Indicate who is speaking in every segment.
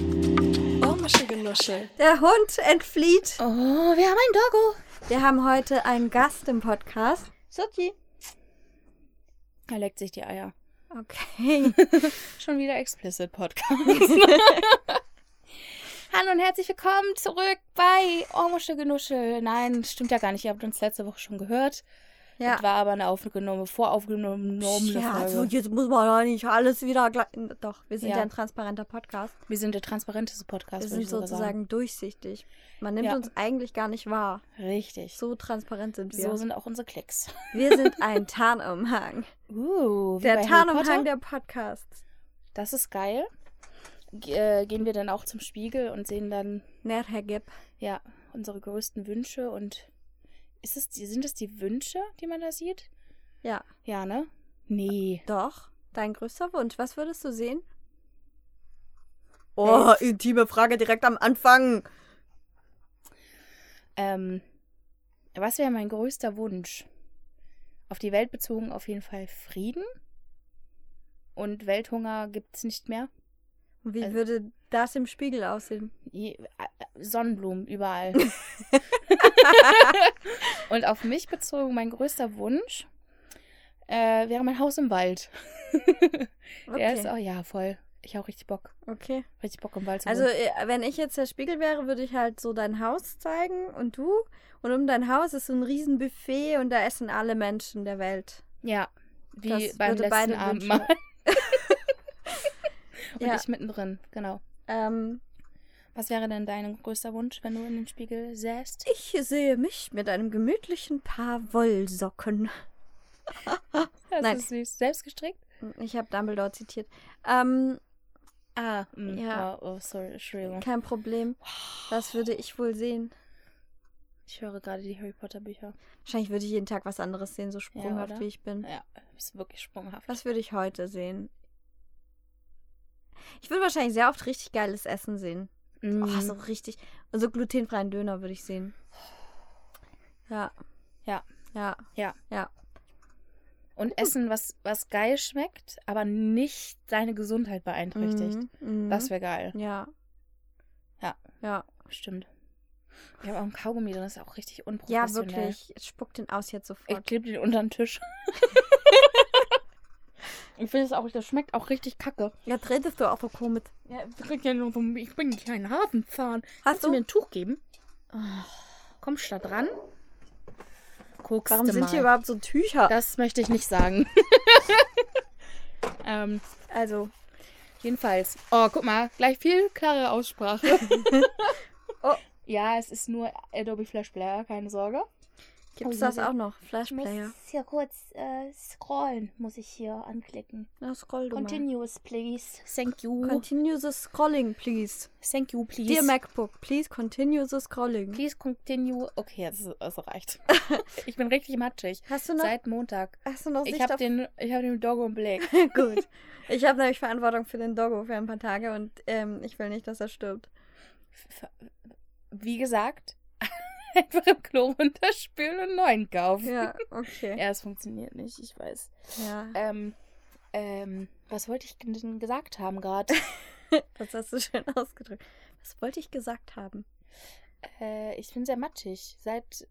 Speaker 1: Komische Genuschel.
Speaker 2: Der Hund entflieht.
Speaker 3: Oh, wir haben ein Doggo.
Speaker 2: Wir haben heute einen Gast im Podcast.
Speaker 3: Suki. Er leckt sich die Eier.
Speaker 2: Okay.
Speaker 3: Schon wieder explicit Podcast. Hallo und herzlich willkommen zurück bei Ormusche Genuschel. Nein, stimmt ja gar nicht. Ihr habt uns letzte Woche schon gehört.
Speaker 2: Ja.
Speaker 3: Das war aber eine aufgenommene, voraufgenommene
Speaker 2: Ja,
Speaker 3: Folge.
Speaker 2: also jetzt muss man doch nicht alles wieder gleich. Doch, wir sind ja,
Speaker 3: Ja.
Speaker 2: ein transparenter Podcast.
Speaker 3: wir sind der transparenteste Podcast,
Speaker 2: Wir
Speaker 3: würde
Speaker 2: sind
Speaker 3: ich sogar
Speaker 2: sozusagen
Speaker 3: sagen.
Speaker 2: durchsichtig. Man nimmt
Speaker 3: Ja.
Speaker 2: uns eigentlich gar nicht wahr.
Speaker 3: Richtig. So,
Speaker 2: So transparent sind wir.
Speaker 3: sind auch unsere Klicks.
Speaker 2: wir sind ein Tarnumhang.
Speaker 3: Uh, wie bei
Speaker 2: Der
Speaker 3: Harry
Speaker 2: Tarnumhang
Speaker 3: Potter.
Speaker 2: der Podcasts.
Speaker 3: Das ist geil. G äh, gehen wir dann auch zum Spiegel und sehen dann
Speaker 2: Nerhegib.
Speaker 3: Ja, unsere größten Wünsche und ist es die, sind es die Wünsche, die man da sieht?
Speaker 2: Ja,
Speaker 3: Ja, ne? Nee.
Speaker 2: doch. Dein größter Wunsch. Was würdest du sehen?
Speaker 3: Oh,
Speaker 2: intime Frage direkt am Anfang.
Speaker 3: Ähm, was wäre mein größter Wunsch? Auf die Welt bezogen auf jeden Fall Frieden. Und Welthunger gibt's nicht mehr.
Speaker 2: Wie
Speaker 3: Also-
Speaker 2: würde das im Spiegel aussehen?
Speaker 3: Je, äh, Sonnenblumen überall. und auf mich bezogen, mein größter Wunsch äh, wäre mein Haus im Wald.
Speaker 2: Okay.
Speaker 3: Der ist auch, ja, voll. Ich hab auch richtig Bock.
Speaker 2: okay.
Speaker 3: Richtig Bock im Wald zu
Speaker 2: Also, äh, wenn ich jetzt der Spiegel wäre, würde ich halt so dein Haus zeigen und du. Und um dein Haus ist so ein Riesenbuffet und da essen alle Menschen der Welt.
Speaker 3: Ja, wie
Speaker 2: Das
Speaker 3: beim
Speaker 2: würde
Speaker 3: letzten
Speaker 2: beide
Speaker 3: Abendmahl. Und
Speaker 2: Ja.
Speaker 3: ich mittendrin, genau.
Speaker 2: Ähm,
Speaker 3: Was wäre denn dein größter Wunsch, wenn du in den Spiegel säst?
Speaker 2: ich sehe mich mit einem gemütlichen Paar Wollsocken.
Speaker 3: Das
Speaker 2: Nein.
Speaker 3: ist süß. Selbst gestrickt?
Speaker 2: Ich habe Dumbledore zitiert. Ähm,
Speaker 3: Ah, mm,
Speaker 2: Ja.
Speaker 3: Oh, oh, sorry, Entschuldigung.
Speaker 2: kein Problem. Was würde ich wohl sehen?
Speaker 3: Ich höre gerade die Harry Potter Bücher.
Speaker 2: Wahrscheinlich würde ich jeden Tag was anderes sehen, so sprunghaft
Speaker 3: oder?
Speaker 2: wie ich bin.
Speaker 3: Ja, ist wirklich sprunghaft.
Speaker 2: Was würde ich heute sehen? Ich würde wahrscheinlich sehr oft richtig geiles Essen sehen.
Speaker 3: Mm.
Speaker 2: Oh, so richtig. Und so glutenfreien Döner würde ich sehen. Ja.
Speaker 3: Ja.
Speaker 2: Ja.
Speaker 3: Ja.
Speaker 2: Ja.
Speaker 3: Und Essen, was, was geil schmeckt, aber nicht deine Gesundheit beeinträchtigt.
Speaker 2: Mhm.
Speaker 3: Das wäre geil.
Speaker 2: Ja.
Speaker 3: Ja.
Speaker 2: Ja.
Speaker 3: Stimmt. Wir haben auch einen Kaugummi drin, das ist auch richtig
Speaker 2: Ja,
Speaker 3: unprofessionell.
Speaker 2: wirklich. Spuck den aus jetzt
Speaker 3: Ich
Speaker 2: sofort.
Speaker 3: klebe den unter den Tisch. ich finde es auch, das schmeckt auch richtig kacke.
Speaker 2: Jetzt redest du auch so komisch.
Speaker 3: Ja, ich krieg ja nur so, ich bin nicht ein Hafenzahn.
Speaker 2: Hast
Speaker 3: Kannst du mir
Speaker 2: du?
Speaker 3: ein Tuch geben? Kommst du da dran? Guckst
Speaker 2: Warum
Speaker 3: du
Speaker 2: sind
Speaker 3: mal.
Speaker 2: hier überhaupt so Tücher?
Speaker 3: Das möchte ich nicht sagen. ähm,
Speaker 2: also.
Speaker 3: jedenfalls. Oh, guck mal, gleich viel klare Aussprache.
Speaker 2: Oh.
Speaker 3: Ja, es ist nur Adobe Flash Player, keine Sorge.
Speaker 2: Gibt's
Speaker 3: Oh,
Speaker 2: das
Speaker 3: ja.
Speaker 2: auch noch?
Speaker 3: Ich muss
Speaker 2: Flashplayer.
Speaker 3: hier kurz äh, scrollen, muss ich hier anklicken.
Speaker 2: Na, scroll du mal.
Speaker 3: Continuous, please. Thank you.
Speaker 2: Continue the scrolling, please.
Speaker 3: Thank you, please.
Speaker 2: Dear MacBook, please continue the scrolling.
Speaker 3: please continue. Okay, das, das reicht. ich bin richtig matschig.
Speaker 2: Hast du noch,
Speaker 3: Seit Montag.
Speaker 2: hast du noch
Speaker 3: Ich
Speaker 2: Sicht
Speaker 3: habe
Speaker 2: auf...
Speaker 3: den, ich hab den Doggo im Blick.
Speaker 2: Gut. Ich habe nämlich Verantwortung für den Doggo für ein paar Tage und ähm, ich will nicht, dass er stirbt.
Speaker 3: F- Wie gesagt, einfach im Klo runterspülen und einen neuen kaufen.
Speaker 2: Ja, okay.
Speaker 3: ja, es funktioniert nicht, ich weiß.
Speaker 2: ja.
Speaker 3: Ähm, ähm, was wollte ich denn gesagt haben gerade?
Speaker 2: Das hast du schön ausgedrückt. Was wollte ich gesagt haben?
Speaker 3: Äh, ich bin sehr matschig. Seit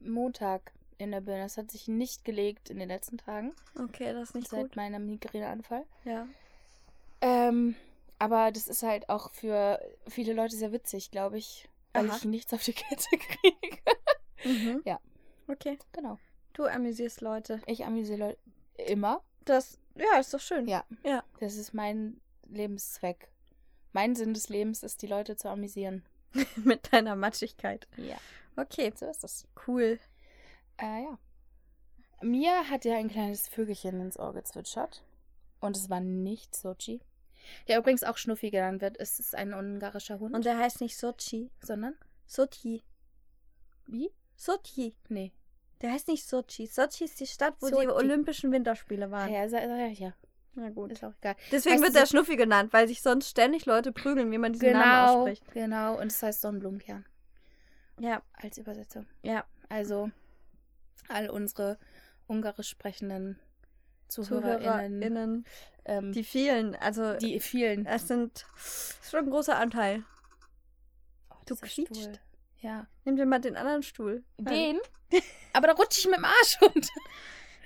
Speaker 3: Montag in der Birne. Das hat sich nicht gelegt in den letzten Tagen.
Speaker 2: Okay, das ist nicht
Speaker 3: seit
Speaker 2: gut.
Speaker 3: meinem Migräneanfall.
Speaker 2: Ja.
Speaker 3: Ähm, aber das ist halt auch für viele Leute sehr witzig, glaube ich. Weil
Speaker 2: Aha.
Speaker 3: ich nichts auf die Kette kriege.
Speaker 2: Mhm.
Speaker 3: Ja.
Speaker 2: Okay.
Speaker 3: genau.
Speaker 2: Du amüsierst Leute.
Speaker 3: Ich amüsiere Leute immer.
Speaker 2: Das, ja, ist doch schön.
Speaker 3: Ja.
Speaker 2: Ja.
Speaker 3: Das ist mein Lebenszweck. Mein Sinn des Lebens ist, die Leute zu amüsieren.
Speaker 2: Mit deiner Matschigkeit.
Speaker 3: Ja.
Speaker 2: Okay,
Speaker 3: So ist das.
Speaker 2: cool.
Speaker 3: Äh, ja. Mir hat ja ein kleines Vögelchen ins Ohr gezwitschert. Und es war nicht Sochi. Der übrigens auch Schnuffi genannt wird. Es ist ein ungarischer Hund.
Speaker 2: Und der heißt nicht Sochi,
Speaker 3: sondern
Speaker 2: Sochi.
Speaker 3: Wie?
Speaker 2: Sochi.
Speaker 3: Nee.
Speaker 2: Der heißt nicht Sochi. Sochi ist die Stadt, wo
Speaker 3: Sochi.
Speaker 2: die Olympischen Winterspiele
Speaker 3: Ah,
Speaker 2: waren.
Speaker 3: ja, sa- sa- ja,
Speaker 2: Na gut.
Speaker 3: ist auch egal.
Speaker 2: Deswegen
Speaker 3: Weißt
Speaker 2: wird
Speaker 3: du,
Speaker 2: der Schnuffi genannt, weil sich sonst ständig Leute prügeln, wie man diesen Namen
Speaker 3: Genau,
Speaker 2: ausspricht.
Speaker 3: genau. Und es heißt Sonnenblumenkern
Speaker 2: Ja,
Speaker 3: als Übersetzung.
Speaker 2: ja.
Speaker 3: Also all unsere ungarisch sprechenden ZuhörerInnen,
Speaker 2: ZuhörerInnen.
Speaker 3: ähm, die,
Speaker 2: Die vielen, also
Speaker 3: vielen.
Speaker 2: es sind das ist schon ein großer Anteil.
Speaker 3: Oh,
Speaker 2: du
Speaker 3: dieser Stuhl.
Speaker 2: quietscht.
Speaker 3: Ja.
Speaker 2: Nimm dir mal den anderen Stuhl.
Speaker 3: Den? Aber da rutsche ich mit dem Arsch runter.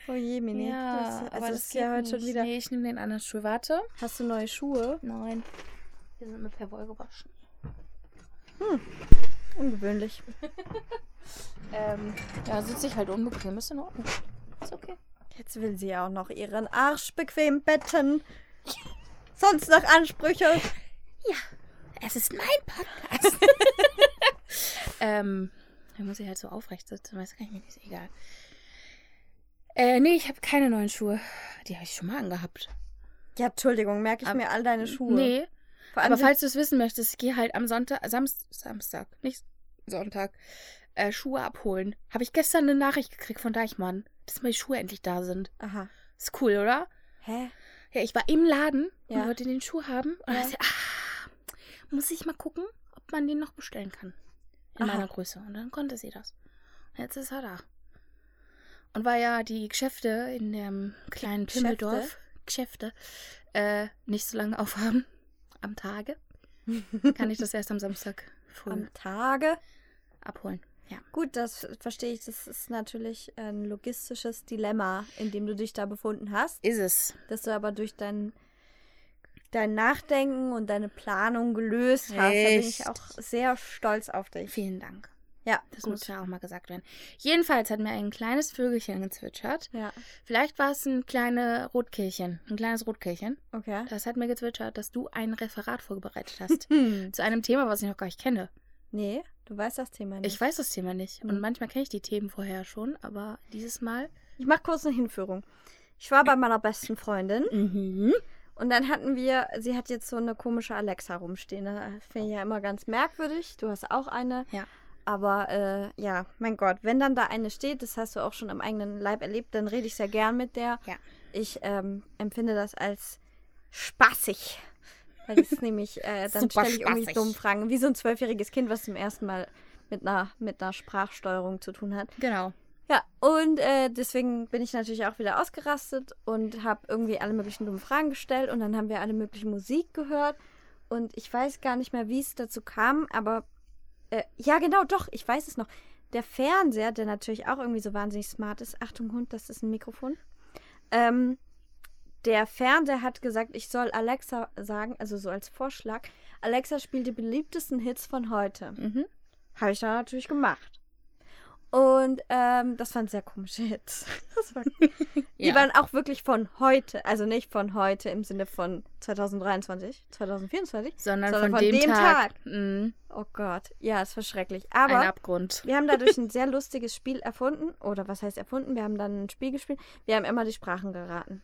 Speaker 2: Oh je, Mini. das, also
Speaker 3: aber
Speaker 2: es
Speaker 3: das
Speaker 2: ist
Speaker 3: geht
Speaker 2: ja heute
Speaker 3: nicht.
Speaker 2: schon wieder.
Speaker 3: Nee, ich nehme den anderen Stuhl. Warte.
Speaker 2: Hast du neue Schuhe?
Speaker 3: Nein. Wir sind mit Perwoll gewaschen.
Speaker 2: Ungewöhnlich.
Speaker 3: Ähm, ja, sitze ich halt unbequem. Ist in Ordnung. Ist okay.
Speaker 2: Jetzt will sie ja auch noch ihren Arsch bequem betten. Sonst noch Ansprüche.
Speaker 3: Es ist mein Podcast. ähm, da muss ich halt so aufrecht sitzen, weiß gar nicht, mir ist egal. Äh, nee, ich habe keine neuen Schuhe. Die habe ich schon mal angehabt.
Speaker 2: Ja, Entschuldigung, merke ich
Speaker 3: Ab-
Speaker 2: mir all deine Schuhe.
Speaker 3: Nee,
Speaker 2: Vor allem
Speaker 3: aber
Speaker 2: sind-
Speaker 3: falls du es wissen möchtest, ich gehe halt am Sonntag, Samst, Samstag, nicht Sonntag, äh, Schuhe abholen. Habe ich gestern eine Nachricht gekriegt von Deichmann, dass meine Schuhe endlich da sind.
Speaker 2: Aha.
Speaker 3: Ist cool, oder?
Speaker 2: Hä?
Speaker 3: Ja, ich war im Laden
Speaker 2: Ja.
Speaker 3: und wollte den Schuh haben. Und
Speaker 2: Ja.
Speaker 3: dachte, ah, muss ich mal gucken, ob man den noch bestellen kann. In
Speaker 2: Aha.
Speaker 3: meiner Größe. Und dann konnte sie das. Und jetzt ist er da. Und weil ja die Geschäfte in dem kleinen
Speaker 2: Geschäfte?
Speaker 3: Pimmeldorf, Geschäfte, äh, nicht so lange aufhaben, am Tage, kann ich das erst am Samstag früh
Speaker 2: Am Tage.
Speaker 3: abholen. Ja.
Speaker 2: Gut, das verstehe ich. Das ist natürlich ein logistisches Dilemma, in dem du dich da befunden hast.
Speaker 3: Ist es.
Speaker 2: dass du aber durch dein, dein Nachdenken und deine Planung gelöst hast. Da bin ich
Speaker 3: Richtig.
Speaker 2: auch sehr stolz auf dich.
Speaker 3: Vielen Dank.
Speaker 2: Ja,
Speaker 3: Das
Speaker 2: gut.
Speaker 3: muss ja auch mal gesagt werden. Jedenfalls hat mir ein kleines Vögelchen gezwitschert.
Speaker 2: Ja,
Speaker 3: Vielleicht war es ein kleines Rotkehlchen, ein kleines Rotkehlchen.
Speaker 2: okay.
Speaker 3: Das hat mir gezwitschert, dass du ein Referat vorbereitet hast.
Speaker 2: Hm.
Speaker 3: zu einem Thema, was ich noch gar nicht kenne.
Speaker 2: Nee, du weißt das Thema nicht.
Speaker 3: Ich weiß das Thema nicht.
Speaker 2: Mhm.
Speaker 3: Und manchmal kenne ich die Themen vorher schon, aber dieses Mal.
Speaker 2: ich mache kurz eine Hinführung. Ich war bei meiner besten Freundin und dann hatten wir, sie hat jetzt so eine komische Alexa rumstehen. Das finde ich ja immer ganz merkwürdig. Du hast auch eine.
Speaker 3: Ja.
Speaker 2: Aber äh, ja, mein Gott, wenn dann da eine steht, das hast du auch schon am eigenen Leib erlebt, dann rede ich sehr gern mit der.
Speaker 3: Ja.
Speaker 2: Ich ähm, empfinde das als spaßig. Weil es nämlich, äh, dann
Speaker 3: Super
Speaker 2: stelle ich irgendwie
Speaker 3: spaßig.
Speaker 2: dumme Fragen, wie so ein zwölfjähriges Kind, was zum ersten Mal mit einer, mit einer Sprachsteuerung zu tun hat.
Speaker 3: Genau.
Speaker 2: Ja, und äh, deswegen bin ich natürlich auch wieder ausgerastet und habe irgendwie alle möglichen dummen Fragen gestellt und dann haben wir alle mögliche Musik gehört und ich weiß gar nicht mehr, wie es dazu kam, aber äh, ja, genau, doch, ich weiß es noch. Der Fernseher, der natürlich auch irgendwie so wahnsinnig smart ist, Achtung Hund, das ist ein Mikrofon, ähm, der Fernseher hat gesagt, ich soll Alexa sagen, also so als Vorschlag, Alexa spielt die beliebtesten Hits von heute.
Speaker 3: Mhm.
Speaker 2: Habe ich dann natürlich gemacht. Und ähm, das waren sehr komische Hits. Das war, Die
Speaker 3: Ja.
Speaker 2: waren auch wirklich von heute, also nicht von heute im Sinne von 2023, 2024.
Speaker 3: Sondern,
Speaker 2: Sondern
Speaker 3: von,
Speaker 2: von
Speaker 3: dem,
Speaker 2: dem
Speaker 3: Tag.
Speaker 2: Tag.
Speaker 3: Mhm.
Speaker 2: Oh Gott, ja, es war schrecklich.
Speaker 3: Ein
Speaker 2: Aber
Speaker 3: Abgrund.
Speaker 2: wir haben dadurch ein sehr lustiges Spiel erfunden. Oder was heißt erfunden? Wir haben dann ein Spiel gespielt. Wir haben immer die Sprachen geraten.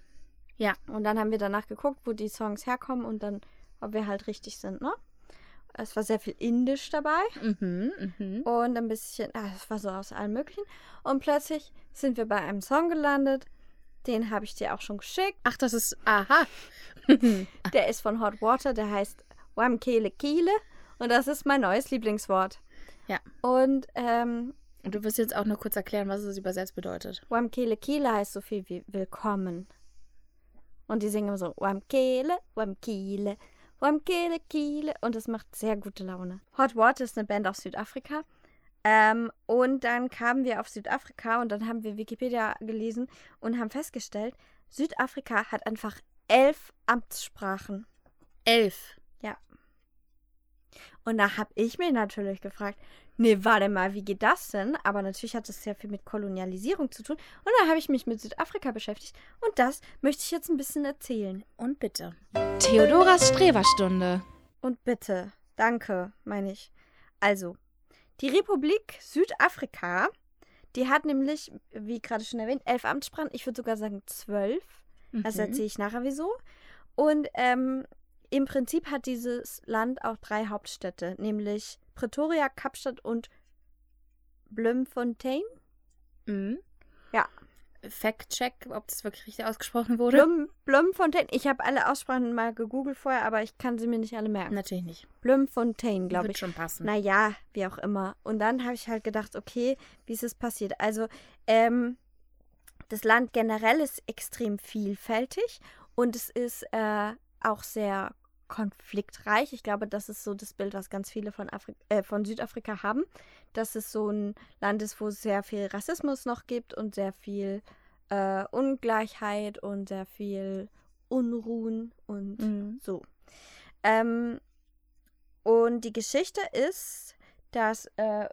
Speaker 3: Ja.
Speaker 2: Und dann haben wir danach geguckt, wo die Songs herkommen und dann, ob wir halt richtig sind, ne? Es war sehr viel Indisch dabei.
Speaker 3: Mhm. Mhm.
Speaker 2: und ein bisschen, ah, es war so aus allem Möglichen. Und plötzlich sind wir bei einem Song gelandet. Den habe ich dir auch schon geschickt.
Speaker 3: Ach, das ist. Aha.
Speaker 2: Der ist von Hot Water, der heißt Wamkele Kiele. Und das ist mein neues Lieblingswort.
Speaker 3: Ja.
Speaker 2: Und ähm,
Speaker 3: Und du wirst jetzt auch nur kurz erklären, was es übersetzt bedeutet.
Speaker 2: Wamkele Kiele heißt so viel wie Willkommen. Und die singen immer so Wamkele, Wamkele, Wamkele Kiele. Und das macht sehr gute Laune. Hot Water ist eine Band aus Südafrika. Ähm, und dann kamen wir auf Südafrika und dann haben wir Wikipedia gelesen und haben festgestellt, Südafrika hat einfach elf Amtssprachen.
Speaker 3: Elf.
Speaker 2: Und da habe ich mich natürlich gefragt, nee, warte mal, wie geht das denn? Aber natürlich hat das sehr viel mit Kolonialisierung zu tun. Und da habe ich mich mit Südafrika beschäftigt. Und das möchte ich jetzt ein bisschen erzählen.
Speaker 3: Und bitte.
Speaker 4: Theodoras Streberstunde.
Speaker 2: Und bitte, danke, meine ich. Also, die Republik Südafrika, die hat nämlich, wie gerade schon erwähnt, elf Amtssprachen. Ich würde sogar sagen zwölf.
Speaker 3: Mhm.
Speaker 2: Das erzähle ich nachher wieso. Und ähm, im Prinzip hat dieses Land auch drei Hauptstädte, nämlich Pretoria, Kapstadt und Bloemfontein.
Speaker 3: Mhm.
Speaker 2: Ja.
Speaker 3: Fact-Check, ob das wirklich richtig ausgesprochen wurde.
Speaker 2: Blum, Blumfontein. Ich habe alle Aussprachen mal gegoogelt vorher, aber ich kann sie mir nicht alle merken.
Speaker 3: Natürlich nicht.
Speaker 2: Blumfontein, glaube
Speaker 3: Wird
Speaker 2: ich.
Speaker 3: schon passen.
Speaker 2: Naja, wie auch immer. Und dann habe ich halt gedacht, okay, wie ist es passiert? Also, ähm, das Land generell ist extrem vielfältig und es ist äh, auch sehr konfliktreich. Ich glaube, das ist so das Bild, was ganz viele von, Afri äh, von Südafrika haben, dass es so ein Land ist, wo es sehr viel Rassismus noch gibt und sehr viel äh, Ungleichheit und sehr viel Unruhen und
Speaker 3: Mhm.
Speaker 2: so. Ähm, und die Geschichte ist, dass, äh,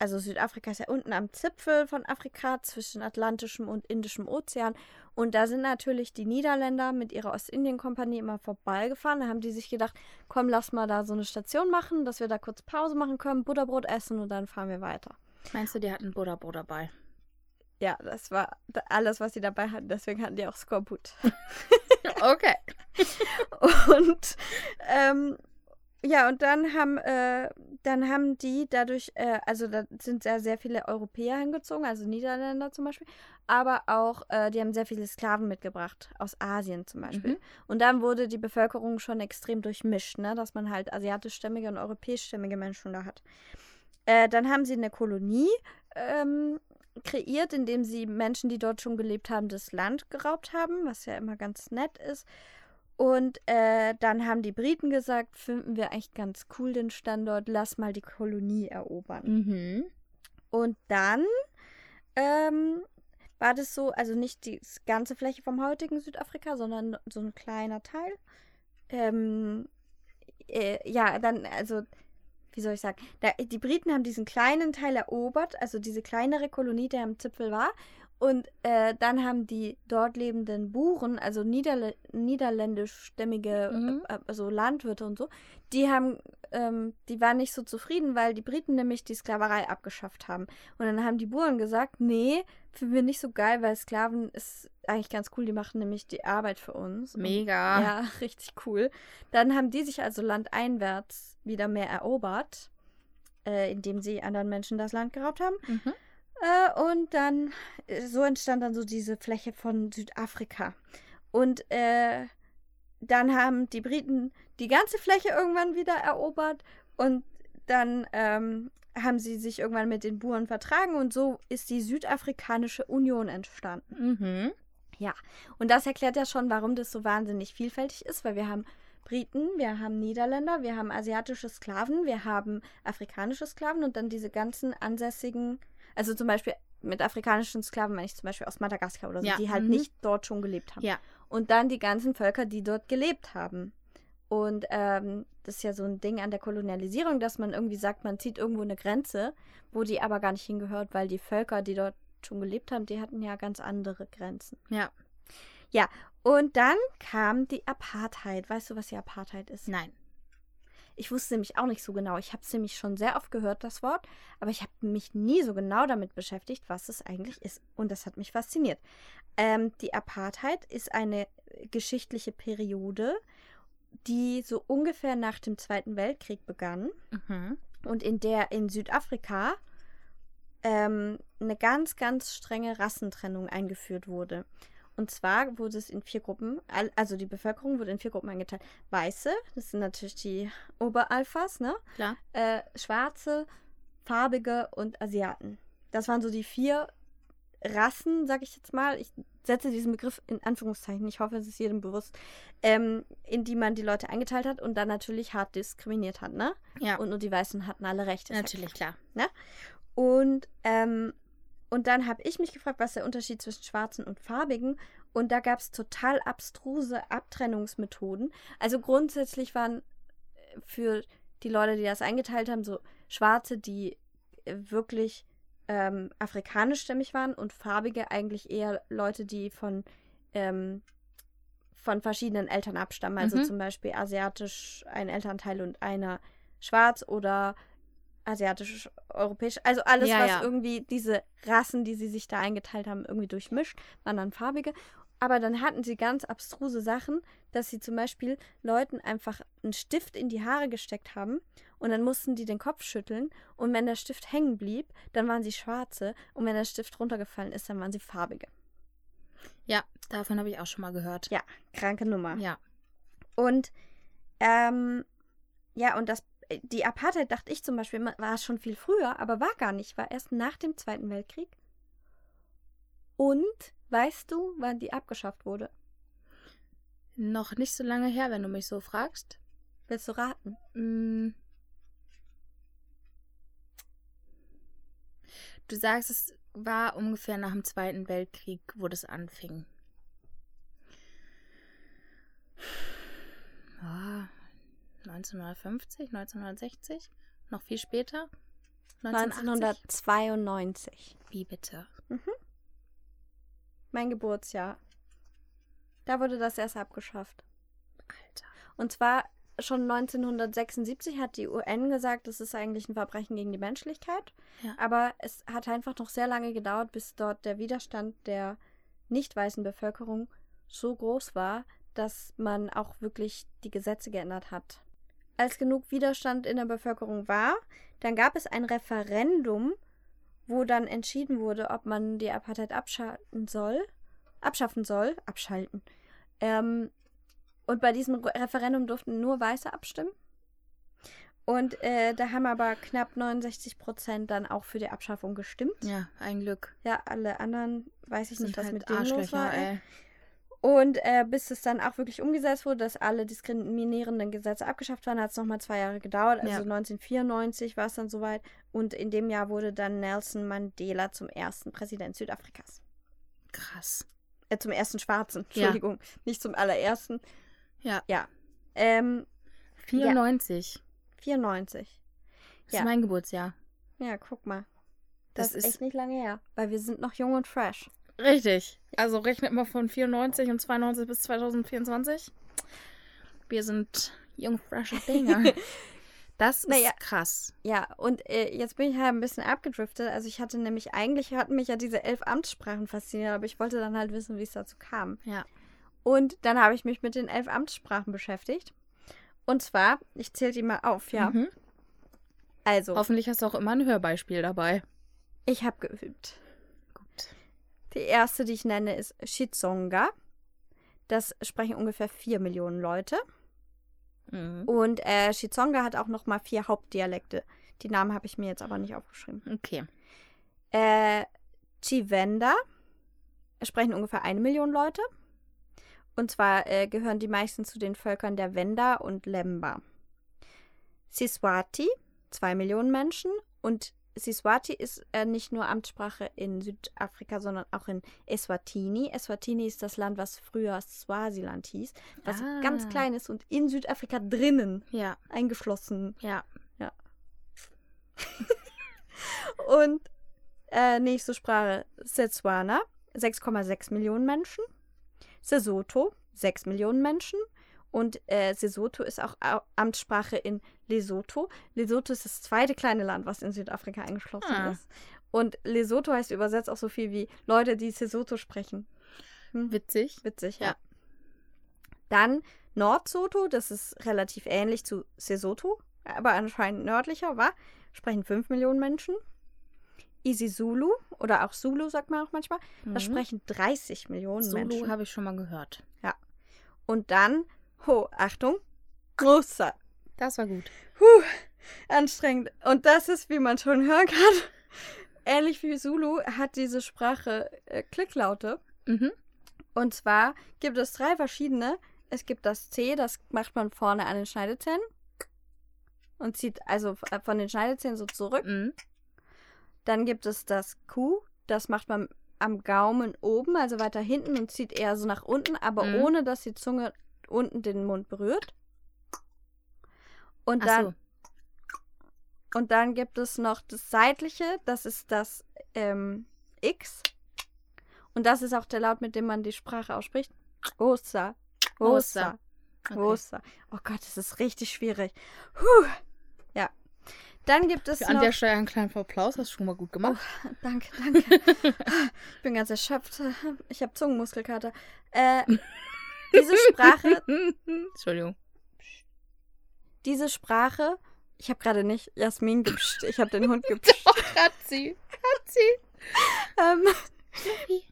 Speaker 2: also Südafrika ist ja unten am Zipfel von Afrika zwischen Atlantischem und Indischem Ozean. Und da sind natürlich die Niederländer mit ihrer Ostindien-Kompanie immer vorbeigefahren. Da haben die sich gedacht, komm, lass mal da so eine Station machen, dass wir da kurz Pause machen können, Butterbrot essen und dann fahren wir weiter.
Speaker 3: Meinst du, die hatten Buddha-Brot dabei?
Speaker 2: Ja, das war da- alles, was sie dabei hatten. Deswegen hatten die auch Skorbut.
Speaker 3: Okay.
Speaker 2: Und ähm, ja, und dann haben, äh, dann haben die dadurch, äh, also da sind sehr, sehr viele Europäer hingezogen, also Niederländer zum Beispiel, aber auch, äh, die haben sehr viele Sklaven mitgebracht, aus Asien zum Beispiel.
Speaker 3: Mhm.
Speaker 2: Und dann wurde die Bevölkerung schon extrem durchmischt, ne? dass man halt asiatischstämmige und europäischstämmige Menschen da hat. Äh, dann haben sie eine Kolonie ähm, kreiert, indem sie Menschen, die dort schon gelebt haben, das Land geraubt haben, was ja immer ganz nett ist. Und äh, dann haben die Briten gesagt, finden wir eigentlich ganz cool den Standort, lass mal die Kolonie erobern.
Speaker 3: Mhm.
Speaker 2: Und dann ähm, war das so, also nicht die s- ganze Fläche vom heutigen Südafrika, sondern so ein kleiner Teil. Ähm, äh, ja, dann, also, wie soll ich sagen, da, die Briten haben diesen kleinen Teil erobert, also diese kleinere Kolonie, der am Zipfel war. Und äh, dann haben die dort lebenden Buren, also Niederl niederländischstämmige
Speaker 3: Mhm.
Speaker 2: äh, also Landwirte und so, die haben, ähm, die waren nicht so zufrieden, weil die Briten nämlich die Sklaverei abgeschafft haben. Und dann haben die Buren gesagt, nee, finden wir nicht so geil, weil Sklaven ist eigentlich ganz cool, die machen nämlich die Arbeit für uns. Und-
Speaker 3: Mega.
Speaker 2: Ja, richtig cool. Dann haben die sich also landeinwärts wieder mehr erobert, äh, indem sie anderen Menschen das Land geraubt haben.
Speaker 3: Mhm.
Speaker 2: Äh, und dann, äh, so entstand dann so diese Fläche von Südafrika. Und äh, dann haben die Briten die ganze Fläche irgendwann wieder erobert und dann ähm, haben sie sich irgendwann mit den Buren vertragen und so ist die Südafrikanische Union entstanden.
Speaker 3: Mhm.
Speaker 2: Und das erklärt ja schon, warum das so wahnsinnig vielfältig ist, weil wir haben Briten, wir haben Niederländer, wir haben asiatische Sklaven, wir haben afrikanische Sklaven und dann diese ganzen ansässigen, also zum Beispiel mit afrikanischen Sklaven meine ich zum Beispiel aus Madagaskar oder so,
Speaker 3: Ja,
Speaker 2: die halt
Speaker 3: mhm.
Speaker 2: nicht dort schon gelebt haben.
Speaker 3: Ja.
Speaker 2: Und dann die ganzen Völker, die dort gelebt haben. Und ähm, das ist ja so ein Ding an der Kolonialisierung, dass man irgendwie sagt, man zieht irgendwo eine Grenze, wo die aber gar nicht hingehört, weil die Völker, die dort schon gelebt haben, die hatten ja ganz andere Grenzen.
Speaker 3: Ja.
Speaker 2: Ja, und dann kam die Apartheid. Weißt du, was die Apartheid ist?
Speaker 3: Nein.
Speaker 2: Ich wusste nämlich auch nicht so genau. Ich habe es nämlich schon sehr oft gehört, das Wort, aber ich habe mich nie so genau damit beschäftigt, was es eigentlich ist. Und das hat mich fasziniert. Ähm, die Apartheid ist eine geschichtliche Periode, die so ungefähr nach dem Zweiten Weltkrieg begann
Speaker 3: Mhm.
Speaker 2: und in der in Südafrika ähm, eine ganz, ganz strenge Rassentrennung eingeführt wurde. Und zwar wurde es in vier Gruppen, al- also die Bevölkerung wurde in vier Gruppen eingeteilt. Weiße, das sind natürlich die Oberalphas, ne?
Speaker 3: Klar.
Speaker 2: Äh, Schwarze, Farbige und Asiaten. Das waren so die vier Rassen, sag ich jetzt mal. Ich setze diesen Begriff in Anführungszeichen. Ich hoffe, es ist jedem bewusst, ähm, in die man die Leute eingeteilt hat und dann natürlich hart diskriminiert hat, ne?
Speaker 3: Ja.
Speaker 2: Und nur die Weißen hatten alle Rechte. ist ja
Speaker 3: Natürlich, klar.
Speaker 2: und, ähm, und dann habe ich mich gefragt, was der Unterschied zwischen Schwarzen und Farbigen. Und da gab es total abstruse Abtrennungsmethoden. Also grundsätzlich waren äh, für die Leute, die das eingeteilt haben, so Schwarze, die äh, wirklich ähm, afrikanischstämmig waren und Farbige eigentlich eher Leute, die von, ähm, von verschiedenen Eltern abstammen. Also
Speaker 3: Mhm.
Speaker 2: zum Beispiel asiatisch ein Elternteil und einer schwarz oder asiatisch, europäisch, also alles,
Speaker 3: Ja,
Speaker 2: was
Speaker 3: ja.
Speaker 2: irgendwie diese Rassen, die sie sich da eingeteilt haben, irgendwie durchmischt, waren dann farbige. Aber dann hatten sie ganz abstruse Sachen, dass sie zum Beispiel Leuten einfach einen Stift in die Haare gesteckt haben und dann mussten die den Kopf schütteln und wenn der Stift hängen blieb, dann waren sie schwarze und wenn der Stift runtergefallen ist, dann waren sie farbige.
Speaker 3: Ja, davon habe ich auch schon mal gehört.
Speaker 2: Ja, kranke Nummer.
Speaker 3: Ja.
Speaker 2: Und ähm, ja, und das äh, die Apartheid, dachte ich zum Beispiel, war schon viel früher, aber war gar nicht, war erst nach dem Zweiten Weltkrieg. Und weißt du, wann die abgeschafft wurde?
Speaker 3: Noch nicht so lange her, wenn du mich so fragst.
Speaker 2: Willst du raten?
Speaker 3: Mm. Du sagst, es war ungefähr nach dem Zweiten Weltkrieg, wo das anfing. Ah, 1950, 1960, noch viel später. 1980?
Speaker 2: 1992.
Speaker 3: Wie bitte?
Speaker 2: Mein Geburtsjahr. Da wurde das erst abgeschafft.
Speaker 3: Alter.
Speaker 2: Und zwar schon 1976 hat die UN gesagt, das ist eigentlich ein Verbrechen gegen die Menschlichkeit.
Speaker 3: Ja.
Speaker 2: Aber es hat einfach noch sehr lange gedauert, bis dort der Widerstand der nicht weißen Bevölkerung so groß war, dass man auch wirklich die Gesetze geändert hat. Als genug Widerstand in der Bevölkerung war, dann gab es ein Referendum, wo dann entschieden wurde, ob man die Apartheid abschalten soll, abschaffen soll, abschalten. Ähm, und bei diesem Re- Referendum durften nur Weiße abstimmen. Und äh, da haben aber knapp 69 Prozent dann auch für die Abschaffung gestimmt. Ja,
Speaker 3: Ja, ein Glück.
Speaker 2: alle anderen weiß ich nicht, was
Speaker 3: halt
Speaker 2: mit denen los war. Ey.
Speaker 3: ey.
Speaker 2: Und äh, bis es dann auch wirklich umgesetzt wurde, dass alle diskriminierenden Gesetze abgeschafft waren, hat es nochmal zwei Jahre gedauert. Also
Speaker 3: Ja.
Speaker 2: 1994 war es dann soweit. Und in dem Jahr wurde dann Nelson Mandela zum ersten Präsident Südafrikas.
Speaker 3: Krass.
Speaker 2: Äh, zum ersten Schwarzen,
Speaker 3: Ja.
Speaker 2: Entschuldigung. Nicht zum allerersten.
Speaker 3: Ja.
Speaker 2: Ja. Ähm,
Speaker 3: 94.
Speaker 2: 94.
Speaker 3: Das
Speaker 2: Ja.
Speaker 3: ist mein Geburtsjahr.
Speaker 2: Ja, guck mal. Das,
Speaker 3: Das
Speaker 2: ist
Speaker 3: ist-
Speaker 2: echt nicht lange her. Weil wir sind noch jung und fresh.
Speaker 3: Richtig. Also rechnet mal von 94 und 92 bis 2024. Wir sind jung, frische Dinger. Das ist
Speaker 2: Naja.
Speaker 3: krass.
Speaker 2: Ja, und äh, jetzt bin ich halt ein bisschen abgedriftet. Also ich hatte nämlich, eigentlich hatten mich ja diese elf Amtssprachen fasziniert, aber ich wollte dann halt wissen, wie es dazu kam.
Speaker 3: Ja.
Speaker 2: Und dann habe ich mich mit den elf Amtssprachen beschäftigt. Und zwar, ich zähle die mal auf, ja.
Speaker 3: Mhm.
Speaker 2: Also,
Speaker 3: Hoffentlich hast du auch immer ein Hörbeispiel dabei.
Speaker 2: ich habe geübt.
Speaker 3: Gut.
Speaker 2: Die erste, die ich nenne, ist Shitsonga. Das sprechen ungefähr vier Millionen Leute.
Speaker 3: Mhm.
Speaker 2: Und äh, Shitsonga hat auch nochmal vier Hauptdialekte. Die Namen habe ich mir jetzt aber nicht aufgeschrieben.
Speaker 3: Okay.
Speaker 2: Äh, Chivenda sprechen ungefähr eine Million Leute. Und zwar äh, gehören die meisten zu den Völkern der Wenda und Lemba. Siswati, zwei Millionen Menschen. Und Siswati ist äh, nicht nur Amtssprache in Südafrika, sondern auch in Eswatini. Eswatini ist das Land, was früher Swasiland hieß, was
Speaker 3: Ah.
Speaker 2: ganz klein ist und in Südafrika drinnen
Speaker 3: Ja,
Speaker 2: eingeschlossen
Speaker 3: ja.
Speaker 2: Und äh, nächste Sprache, Setswana, 6,6 Millionen Menschen. Sesotho, 6 Millionen Menschen. Und äh, Sesotho ist auch Au- Amtssprache in Lesotho. Lesotho ist das zweite kleine Land, was in Südafrika eingeschlossen
Speaker 3: Ah.
Speaker 2: ist. Und Lesotho heißt übersetzt auch so viel wie Leute, die Sesotho sprechen. Hm.
Speaker 3: Witzig.
Speaker 2: Witzig, ja.
Speaker 3: Ja.
Speaker 2: Dann Nordsoto, das ist relativ ähnlich zu Sesotho, aber anscheinend nördlicher, war. Sprechen 5 Millionen Menschen. Isisulu oder auch Zulu sagt man auch manchmal,
Speaker 3: Mhm.
Speaker 2: das sprechen 30 Millionen
Speaker 3: Solo
Speaker 2: Menschen.
Speaker 3: habe ich schon mal gehört.
Speaker 2: Und dann, ho, Achtung, großer,
Speaker 3: Das war gut.
Speaker 2: Puh, anstrengend. Und das ist, wie man schon hören kann, ähnlich wie Zulu hat diese Sprache äh, Klicklaute.
Speaker 3: Mhm.
Speaker 2: Und zwar gibt es drei verschiedene. Es gibt das C, das macht man vorne an den Schneidezähnen und zieht also f- von den Schneidezähnen so zurück.
Speaker 3: Mhm.
Speaker 2: Dann gibt es das Q, das macht man am Gaumen oben, also weiter hinten und zieht eher so nach unten, aber
Speaker 3: Mhm.
Speaker 2: ohne dass die Zunge unten den Mund berührt. Und
Speaker 3: Ach
Speaker 2: dann,
Speaker 3: so.
Speaker 2: und dann gibt es noch das seitliche, das ist das ähm, X. Und das ist auch der Laut, mit dem man die Sprache ausspricht. Osa. Osa.
Speaker 3: Okay.
Speaker 2: Rosa. Oh Gott, das ist richtig schwierig. Puh. Ja. Dann gibt es
Speaker 3: An
Speaker 2: noch...
Speaker 3: der Stelle einen kleinen Applaus, hast du schon mal gut gemacht.
Speaker 2: Danke, danke. Ah, ich bin ganz erschöpft. Ich habe Zungenmuskelkater. Äh, diese Sprache,
Speaker 3: Entschuldigung.
Speaker 2: diese Sprache... Ich habe gerade nicht Jasmin gepscht. Ich habe den Hund gepscht.
Speaker 3: Hat sie. Hat sie.
Speaker 2: Ähm,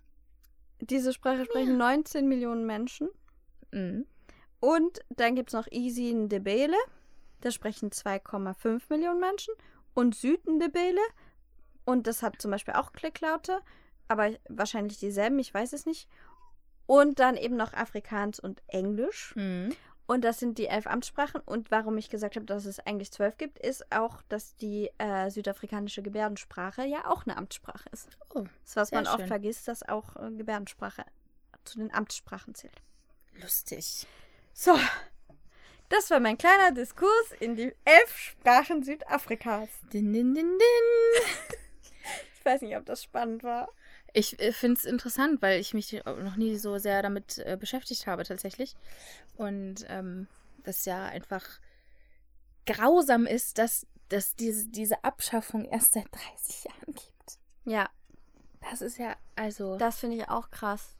Speaker 2: diese Sprache sprechen 19 Millionen Menschen.
Speaker 3: Mhm.
Speaker 2: Und dann gibt es noch Easy Ndebele. Da sprechen 2,5 Millionen Menschen. Und Süd Ndebele. Und das hat zum Beispiel auch Klicklaute. Aber wahrscheinlich dieselben, ich weiß es nicht. Und dann eben noch Afrikaans und Englisch.
Speaker 3: Mhm.
Speaker 2: Und das sind die elf Amtssprachen. Und warum ich gesagt habe, dass es eigentlich zwölf gibt, ist auch, dass die äh, südafrikanische Gebärdensprache ja auch eine Amtssprache ist.
Speaker 3: Oh,
Speaker 2: das ist was
Speaker 3: sehr
Speaker 2: man oft
Speaker 3: schön.
Speaker 2: vergisst, dass auch äh, Gebärdensprache zu den Amtssprachen zählt.
Speaker 3: Lustig.
Speaker 2: So, das war mein kleiner Diskurs in die elf Sprachen Südafrikas.
Speaker 3: Din, din, din, din.
Speaker 2: Ich weiß nicht, ob das spannend war.
Speaker 3: Ich äh, finde es interessant, weil ich mich noch nie so sehr damit äh, beschäftigt habe tatsächlich. Und ähm, das ja einfach grausam ist, dass, dass diese, diese Abschaffung erst seit 30 Jahren gibt.
Speaker 2: Ja,
Speaker 3: Das ist ja, also
Speaker 2: das finde ich auch krass.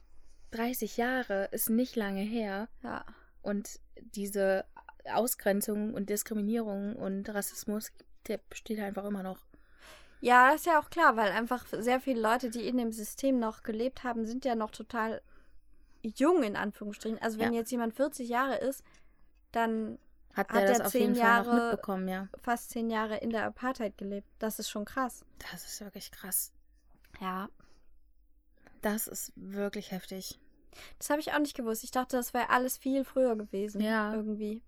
Speaker 3: 30 Jahre ist nicht lange her.
Speaker 2: Ja.
Speaker 3: Und diese Ausgrenzung und Diskriminierung und Rassismus, der besteht einfach immer noch.
Speaker 2: Ja, das ist ja auch klar, weil einfach sehr viele Leute, die in dem System noch gelebt haben, sind ja noch total jung in Anführungsstrichen. Also wenn
Speaker 3: Ja.
Speaker 2: jetzt jemand 40 Jahre ist, dann
Speaker 3: Hat,
Speaker 2: Hat
Speaker 3: der das
Speaker 2: der
Speaker 3: auf jeden
Speaker 2: zehn
Speaker 3: Fall noch
Speaker 2: Jahre-
Speaker 3: mitbekommen, ja.
Speaker 2: fast 10 Jahre in der Apartheid gelebt. Das ist schon krass.
Speaker 3: Das ist wirklich krass.
Speaker 2: Ja.
Speaker 3: Das ist wirklich heftig.
Speaker 2: Das habe ich auch nicht gewusst. Ich dachte, das wäre alles viel früher gewesen.
Speaker 3: Ja.
Speaker 2: Irgendwie.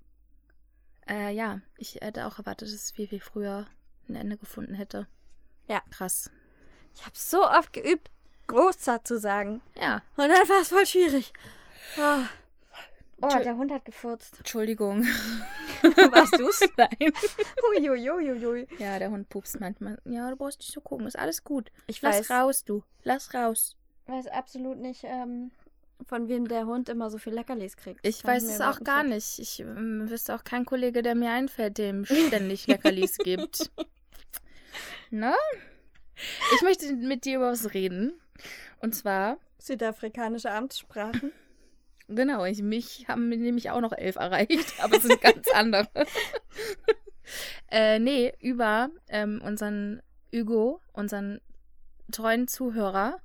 Speaker 3: Äh, ja, ich hätte auch erwartet, dass es viel, viel früher ein Ende gefunden hätte.
Speaker 2: Ja.
Speaker 3: Krass.
Speaker 2: Ich habe so oft geübt, großzart zu sagen.
Speaker 3: Ja.
Speaker 2: Und dann war es voll schwierig. Oh,
Speaker 3: Tschö.
Speaker 2: der Hund hat gefurzt.
Speaker 3: Entschuldigung.
Speaker 2: Warst du's?
Speaker 3: Nein.
Speaker 2: Uiuiuiui.
Speaker 3: Ja, der Hund pupst manchmal. Ja, du brauchst nicht so gucken. Ist alles gut.
Speaker 2: Ich
Speaker 3: Lass
Speaker 2: weiß,
Speaker 3: raus, du. Lass raus.
Speaker 2: weiß absolut nicht, ähm, von wem der Hund immer so viel Leckerlis kriegt.
Speaker 3: Ich
Speaker 2: Kann
Speaker 3: weiß
Speaker 2: mir
Speaker 3: es
Speaker 2: überhaupt
Speaker 3: auch gar
Speaker 2: sagen.
Speaker 3: nicht. Ich ähm, wüsste auch keinen Kollege, der mir einfällt, dem ständig Leckerlis gibt. Ne? Ich möchte mit dir über was reden. Und zwar,
Speaker 2: Südafrikanische Amtssprachen.
Speaker 3: genau, ich, mich haben nämlich auch noch elf erreicht, aber es sind ganz andere. äh, nee, über ähm, unseren Hugo, unseren treuen Zuhörer,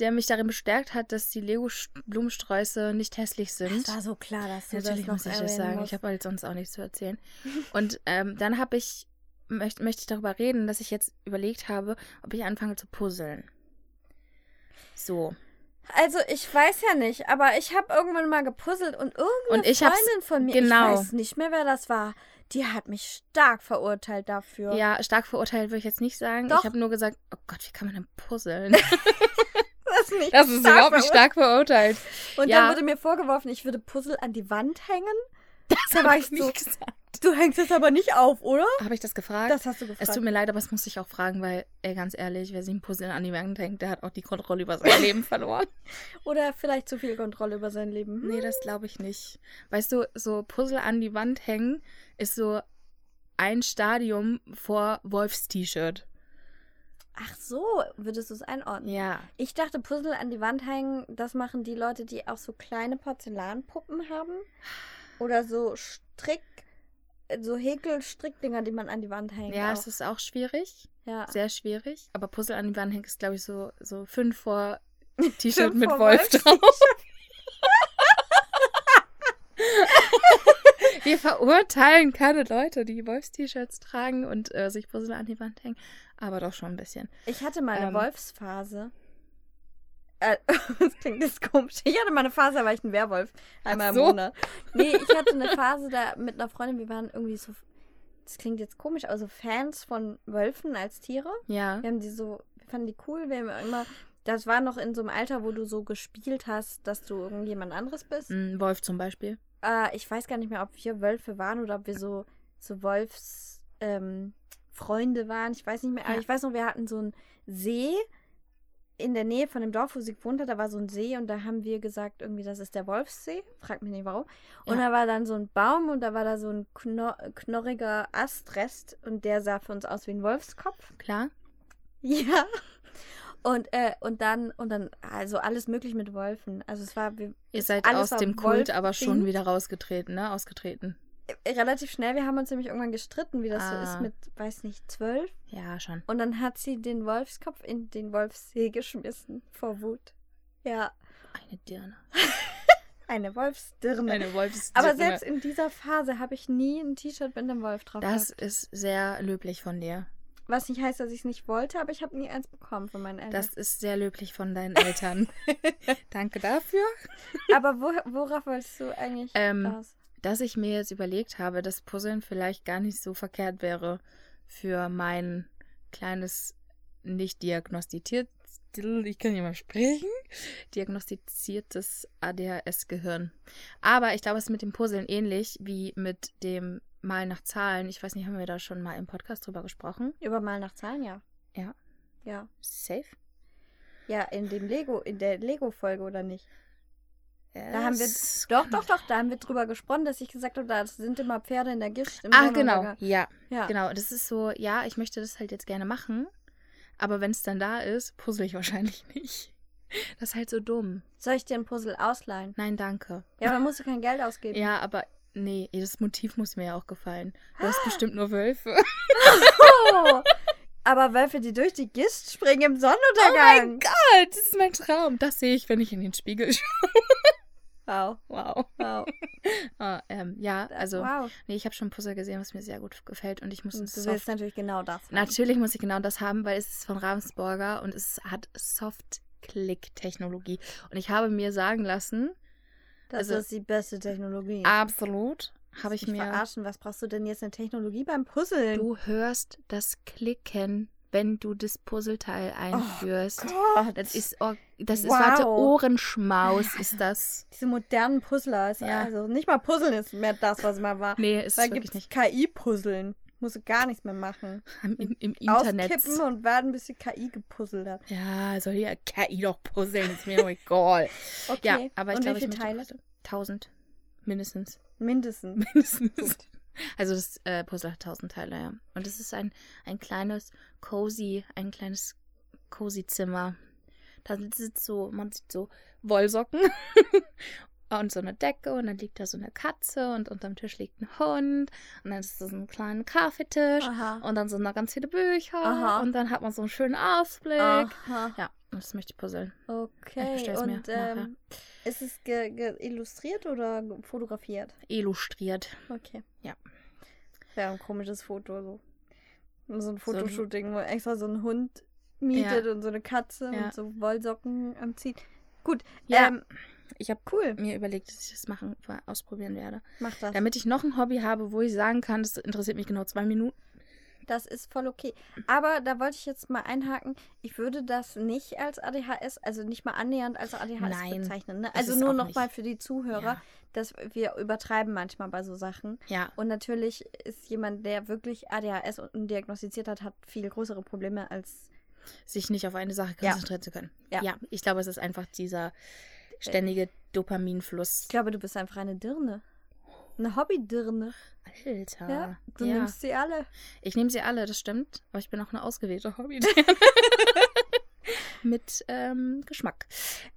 Speaker 3: der mich darin bestärkt hat, dass die Lego-Blumensträuße nicht hässlich sind.
Speaker 2: so klar, dass
Speaker 3: Natürlich muss ich das sagen. Ich habe halt sonst auch nichts zu erzählen. Und ähm, dann habe ich, möcht, möchte ich darüber reden, dass ich jetzt überlegt habe, ob ich anfange zu puzzeln. So.
Speaker 2: also ich weiß ja nicht, aber ich habe irgendwann mal gepuzzelt und irgendeine
Speaker 3: Und ich hab's-
Speaker 2: Freundin von mir,
Speaker 3: genau.
Speaker 2: ich weiß nicht mehr, wer das war, die hat mich stark verurteilt dafür.
Speaker 3: Ja, stark verurteilt würde ich jetzt nicht sagen.
Speaker 2: Doch.
Speaker 3: Ich habe nur gesagt, oh Gott, wie kann man denn puzzeln?
Speaker 2: Das ist, nicht
Speaker 3: Das ist überhaupt nicht stark verurteilt.
Speaker 2: Und
Speaker 3: Ja.
Speaker 2: dann wurde mir vorgeworfen, ich würde Puzzle an die Wand hängen. da war ich so,
Speaker 3: gesagt.
Speaker 2: du hängst es aber nicht auf, oder?
Speaker 3: Habe ich das gefragt?
Speaker 2: Das hast du gefragt.
Speaker 3: es tut mir leid, aber das muss ich auch fragen, weil, ey, ganz ehrlich, wer sich ein Puzzle an die Wand hängt, der hat auch die Kontrolle über sein Leben verloren.
Speaker 2: oder vielleicht zu viel Kontrolle über sein Leben. Hm?
Speaker 3: Nee, das glaube ich nicht. Weißt du, so Puzzle an die Wand hängen ist so ein Stadium vor Wolfs T-Shirt.
Speaker 2: Ach so, würdest du es einordnen?
Speaker 3: Ja.
Speaker 2: Ich dachte, Puzzle an die Wand hängen, das machen die Leute, die auch so kleine Porzellanpuppen haben. Oder so Strick, so Häkel-Strickdinger, die man an die Wand hängt.
Speaker 3: Ja,
Speaker 2: auch.
Speaker 3: es ist auch schwierig.
Speaker 2: ja.
Speaker 3: Sehr schwierig. Aber Puzzle an die Wand hängen ist, glaube ich, so, so fünf vor T-Shirt
Speaker 2: Fünf
Speaker 3: mit
Speaker 2: vor
Speaker 3: Wolf
Speaker 2: Wolfs
Speaker 3: drauf. Wir verurteilen keine Leute, die Wolfs-T-Shirts tragen und äh, sich Puzzle an die Wand hängen. Aber doch schon ein bisschen.
Speaker 2: Ich hatte mal eine
Speaker 3: Ähm.
Speaker 2: Wolfsphase. Äh, das klingt jetzt komisch. Ich hatte mal eine Phase, da war ich ein Werwolf. Einmal
Speaker 3: Ach so.
Speaker 2: im Monat. Nee, ich hatte eine Phase da mit einer Freundin, wir waren irgendwie so. Das klingt jetzt komisch, aber so Fans von Wölfen als Tiere.
Speaker 3: Ja.
Speaker 2: Wir haben die so, wir fanden die cool, wir haben immer. Das war noch in so einem Alter, wo du so gespielt hast, dass du irgendjemand anderes bist.
Speaker 3: Ein Hm, Wolf zum Beispiel.
Speaker 2: Äh, ich weiß gar nicht mehr, ob wir Wölfe waren oder ob wir so, so Wolfs ähm, Freunde waren. Ich weiß nicht mehr. Aber
Speaker 3: Ja.
Speaker 2: ich weiß noch, wir hatten so einen See in der Nähe von dem Dorf, wo sie gewohnt hat, da war so ein See und da haben wir gesagt, irgendwie, das ist der Wolfssee. Fragt mich nicht warum. Und
Speaker 3: Ja.
Speaker 2: da war dann so ein Baum und da war da so ein knor knorriger Astrest und der sah für uns aus wie ein Wolfskopf.
Speaker 3: Klar.
Speaker 2: Ja. Und, äh, und dann, und dann, also alles möglich mit Wolfen. Also es war, wir,
Speaker 3: Ihr seid
Speaker 2: alles
Speaker 3: aus
Speaker 2: war
Speaker 3: dem Kult aber schon
Speaker 2: Wolf-Ding.
Speaker 3: wieder rausgetreten, ne? Ausgetreten.
Speaker 2: äh, relativ schnell, wir haben uns nämlich irgendwann gestritten, wie das
Speaker 3: Ah.
Speaker 2: so ist mit, weiß nicht, zwölf.
Speaker 3: Ja, schon.
Speaker 2: Und dann hat sie den Wolfskopf in den Wolfssee geschmissen vor Wut. Ja,
Speaker 3: Eine Dirne.
Speaker 2: eine Wolfsdirne.
Speaker 3: Eine Wolfs
Speaker 2: Aber selbst in dieser Phase habe ich nie ein T-Shirt mit einem Wolf drauf
Speaker 3: Das
Speaker 2: gehabt.
Speaker 3: ist sehr löblich von dir.
Speaker 2: Was nicht heißt, dass ich es nicht wollte, aber ich habe nie eins bekommen von meinen Eltern.
Speaker 3: Das ist sehr löblich von deinen Eltern. Danke dafür.
Speaker 2: aber wo, worauf wolltest du eigentlich
Speaker 3: Ähm,
Speaker 2: raus?
Speaker 3: Dass ich mir jetzt überlegt habe, dass Puzzeln vielleicht gar nicht so verkehrt wäre für mein kleines, nicht diagnostiziert, ich kann nicht mal sprechen, diagnostiziertes ADHS-Gehirn. Aber ich glaube, es ist mit dem Puzzeln ähnlich wie mit dem Mal nach Zahlen. Ich weiß nicht, haben wir da schon mal im Podcast drüber gesprochen?
Speaker 2: Über mal nach Zahlen, ja.
Speaker 3: Ja.
Speaker 2: Ja.
Speaker 3: Safe?
Speaker 2: Ja, in dem Lego, in der Lego-Folge oder nicht? Da haben wir
Speaker 3: Es-
Speaker 2: doch, doch, doch, da haben wir drüber gesprochen, dass ich gesagt habe, da sind immer Pferde in der Gischt. Im
Speaker 3: Ah, genau.
Speaker 2: Sonnenuntergang.
Speaker 3: Ja,
Speaker 2: Ja.
Speaker 3: Genau, das ist so, ja, ich möchte das halt jetzt gerne machen, aber wenn es dann da ist, puzzle ich wahrscheinlich nicht. Das ist halt so dumm.
Speaker 2: Soll ich dir ein Puzzle ausleihen?
Speaker 3: Nein, danke.
Speaker 2: Ja, man muss ja kein Geld ausgeben.
Speaker 3: Ja, aber nee, das Motiv muss mir ja auch gefallen. Du
Speaker 2: Ah.
Speaker 3: hast bestimmt nur Wölfe.
Speaker 2: Oh, aber Wölfe, die durch die Gist springen im Sonnenuntergang.
Speaker 3: Oh Gott, Ah, das ist mein Traum. Das sehe ich, wenn ich in den Spiegel schaue.
Speaker 2: wow,
Speaker 3: Wow.
Speaker 2: wow.
Speaker 3: Ah, ähm, ja, also,
Speaker 2: wow.
Speaker 3: nee, ich habe schon ein Puzzle gesehen, was mir sehr gut gefällt und ich muss ein
Speaker 2: Und du willst
Speaker 3: Soft...
Speaker 2: natürlich genau das. haben.
Speaker 3: Natürlich muss ich genau das haben, weil es ist von Ravensburger und es hat Soft-Click-Technologie. Und ich habe mir sagen lassen,
Speaker 2: Das
Speaker 3: also-
Speaker 2: ist die beste Technologie.
Speaker 3: Absolut. Habe
Speaker 2: Lass
Speaker 3: ich
Speaker 2: mich
Speaker 3: mir.
Speaker 2: verarschen. Was brauchst du denn jetzt eine Technologie beim Puzzeln?
Speaker 3: Du hörst das Klicken, wenn du das Puzzleteil einführst.
Speaker 2: Oh Gott.
Speaker 3: das ist, or- das ist
Speaker 2: Wow.
Speaker 3: warte, Ohrenschmaus ist das.
Speaker 2: Diese modernen Puzzler. Ist
Speaker 3: Ja.
Speaker 2: Also nicht mal Puzzeln ist mehr das, was mal war.
Speaker 3: Nee, ist
Speaker 2: da
Speaker 3: wirklich
Speaker 2: gibt es
Speaker 3: nicht.
Speaker 2: KI-Puzzeln. Musst du gar nichts mehr machen.
Speaker 3: Im, im Internet.
Speaker 2: Auskippen und werden, bis die KI gepuzzelt hat.
Speaker 3: Ja, soll ja KI doch puzzeln, ist mir doch egal.
Speaker 2: Okay.
Speaker 3: Ja, aber ich
Speaker 2: und
Speaker 3: glaube,
Speaker 2: wie
Speaker 3: ich
Speaker 2: viele
Speaker 3: möchte
Speaker 2: Teile?
Speaker 3: gerade 1000. Mindestens.
Speaker 2: Mindestens.
Speaker 3: Mindestens. Also das äh, Puzzle hat 1000 Teile, ja. Und es ist ein, ein kleines cozy, ein kleines cozy Zimmer. Da sitzt so, man sieht so Wollsocken und so eine Decke und dann liegt da so eine Katze und unterm Tisch liegt ein Hund und dann ist da so ein kleiner Kaffeetisch
Speaker 2: Aha.
Speaker 3: und dann sind da ganz viele Bücher
Speaker 2: Ah. Aha. Ah.
Speaker 3: und dann hat man so einen schönen Ausblick.
Speaker 2: Aha.
Speaker 3: Ja, und das möchte ich puzzeln. Ich
Speaker 2: Okay,
Speaker 3: bestell's mir
Speaker 2: und
Speaker 3: nachher.
Speaker 2: ähm, ist es ge ge illustriert oder ge- fotografiert?
Speaker 3: Illustriert.
Speaker 2: Okay.
Speaker 3: Ja.
Speaker 2: Wäre ein komisches Foto so. So ein Fotoshooting, wo extra so ein Hund mietet und so eine Katze
Speaker 3: Ja.
Speaker 2: und so Wollsocken anzieht. Gut,
Speaker 3: Ja,
Speaker 2: ähm,
Speaker 3: ich habe
Speaker 2: cool,
Speaker 3: mir überlegt, dass ich das machen, ausprobieren werde.
Speaker 2: mach das.
Speaker 3: Damit ich noch ein Hobby habe, wo ich sagen kann, das interessiert mich genau zwei Minuten.
Speaker 2: Das ist voll okay. Aber da wollte ich jetzt mal einhaken, ich würde das nicht als ADHS, also nicht mal annähernd als ADHS
Speaker 3: Nein,
Speaker 2: bezeichnen. Ne?
Speaker 3: ist
Speaker 2: Also
Speaker 3: es
Speaker 2: nur
Speaker 3: auch
Speaker 2: noch
Speaker 3: nicht.
Speaker 2: mal für die Zuhörer,
Speaker 3: Ja.
Speaker 2: dass wir übertreiben manchmal bei so Sachen.
Speaker 3: Ja.
Speaker 2: Und natürlich ist jemand, der wirklich ADHS und diagnostiziert hat, hat viel größere Probleme als
Speaker 3: Sich nicht auf eine Sache
Speaker 2: Ja.
Speaker 3: konzentrieren zu können.
Speaker 2: Ja.
Speaker 3: Ich glaube, es ist einfach dieser ständige Dopaminfluss.
Speaker 2: ich glaube, du bist einfach eine Dirne. Eine Hobbydirne.
Speaker 3: Alter.
Speaker 2: Ja.
Speaker 3: Ah, Ja.
Speaker 2: Du nimmst sie alle.
Speaker 3: Ich nehme sie alle, das stimmt. Aber ich bin auch eine ausgewählte Hobby. Mit ähm, Geschmack.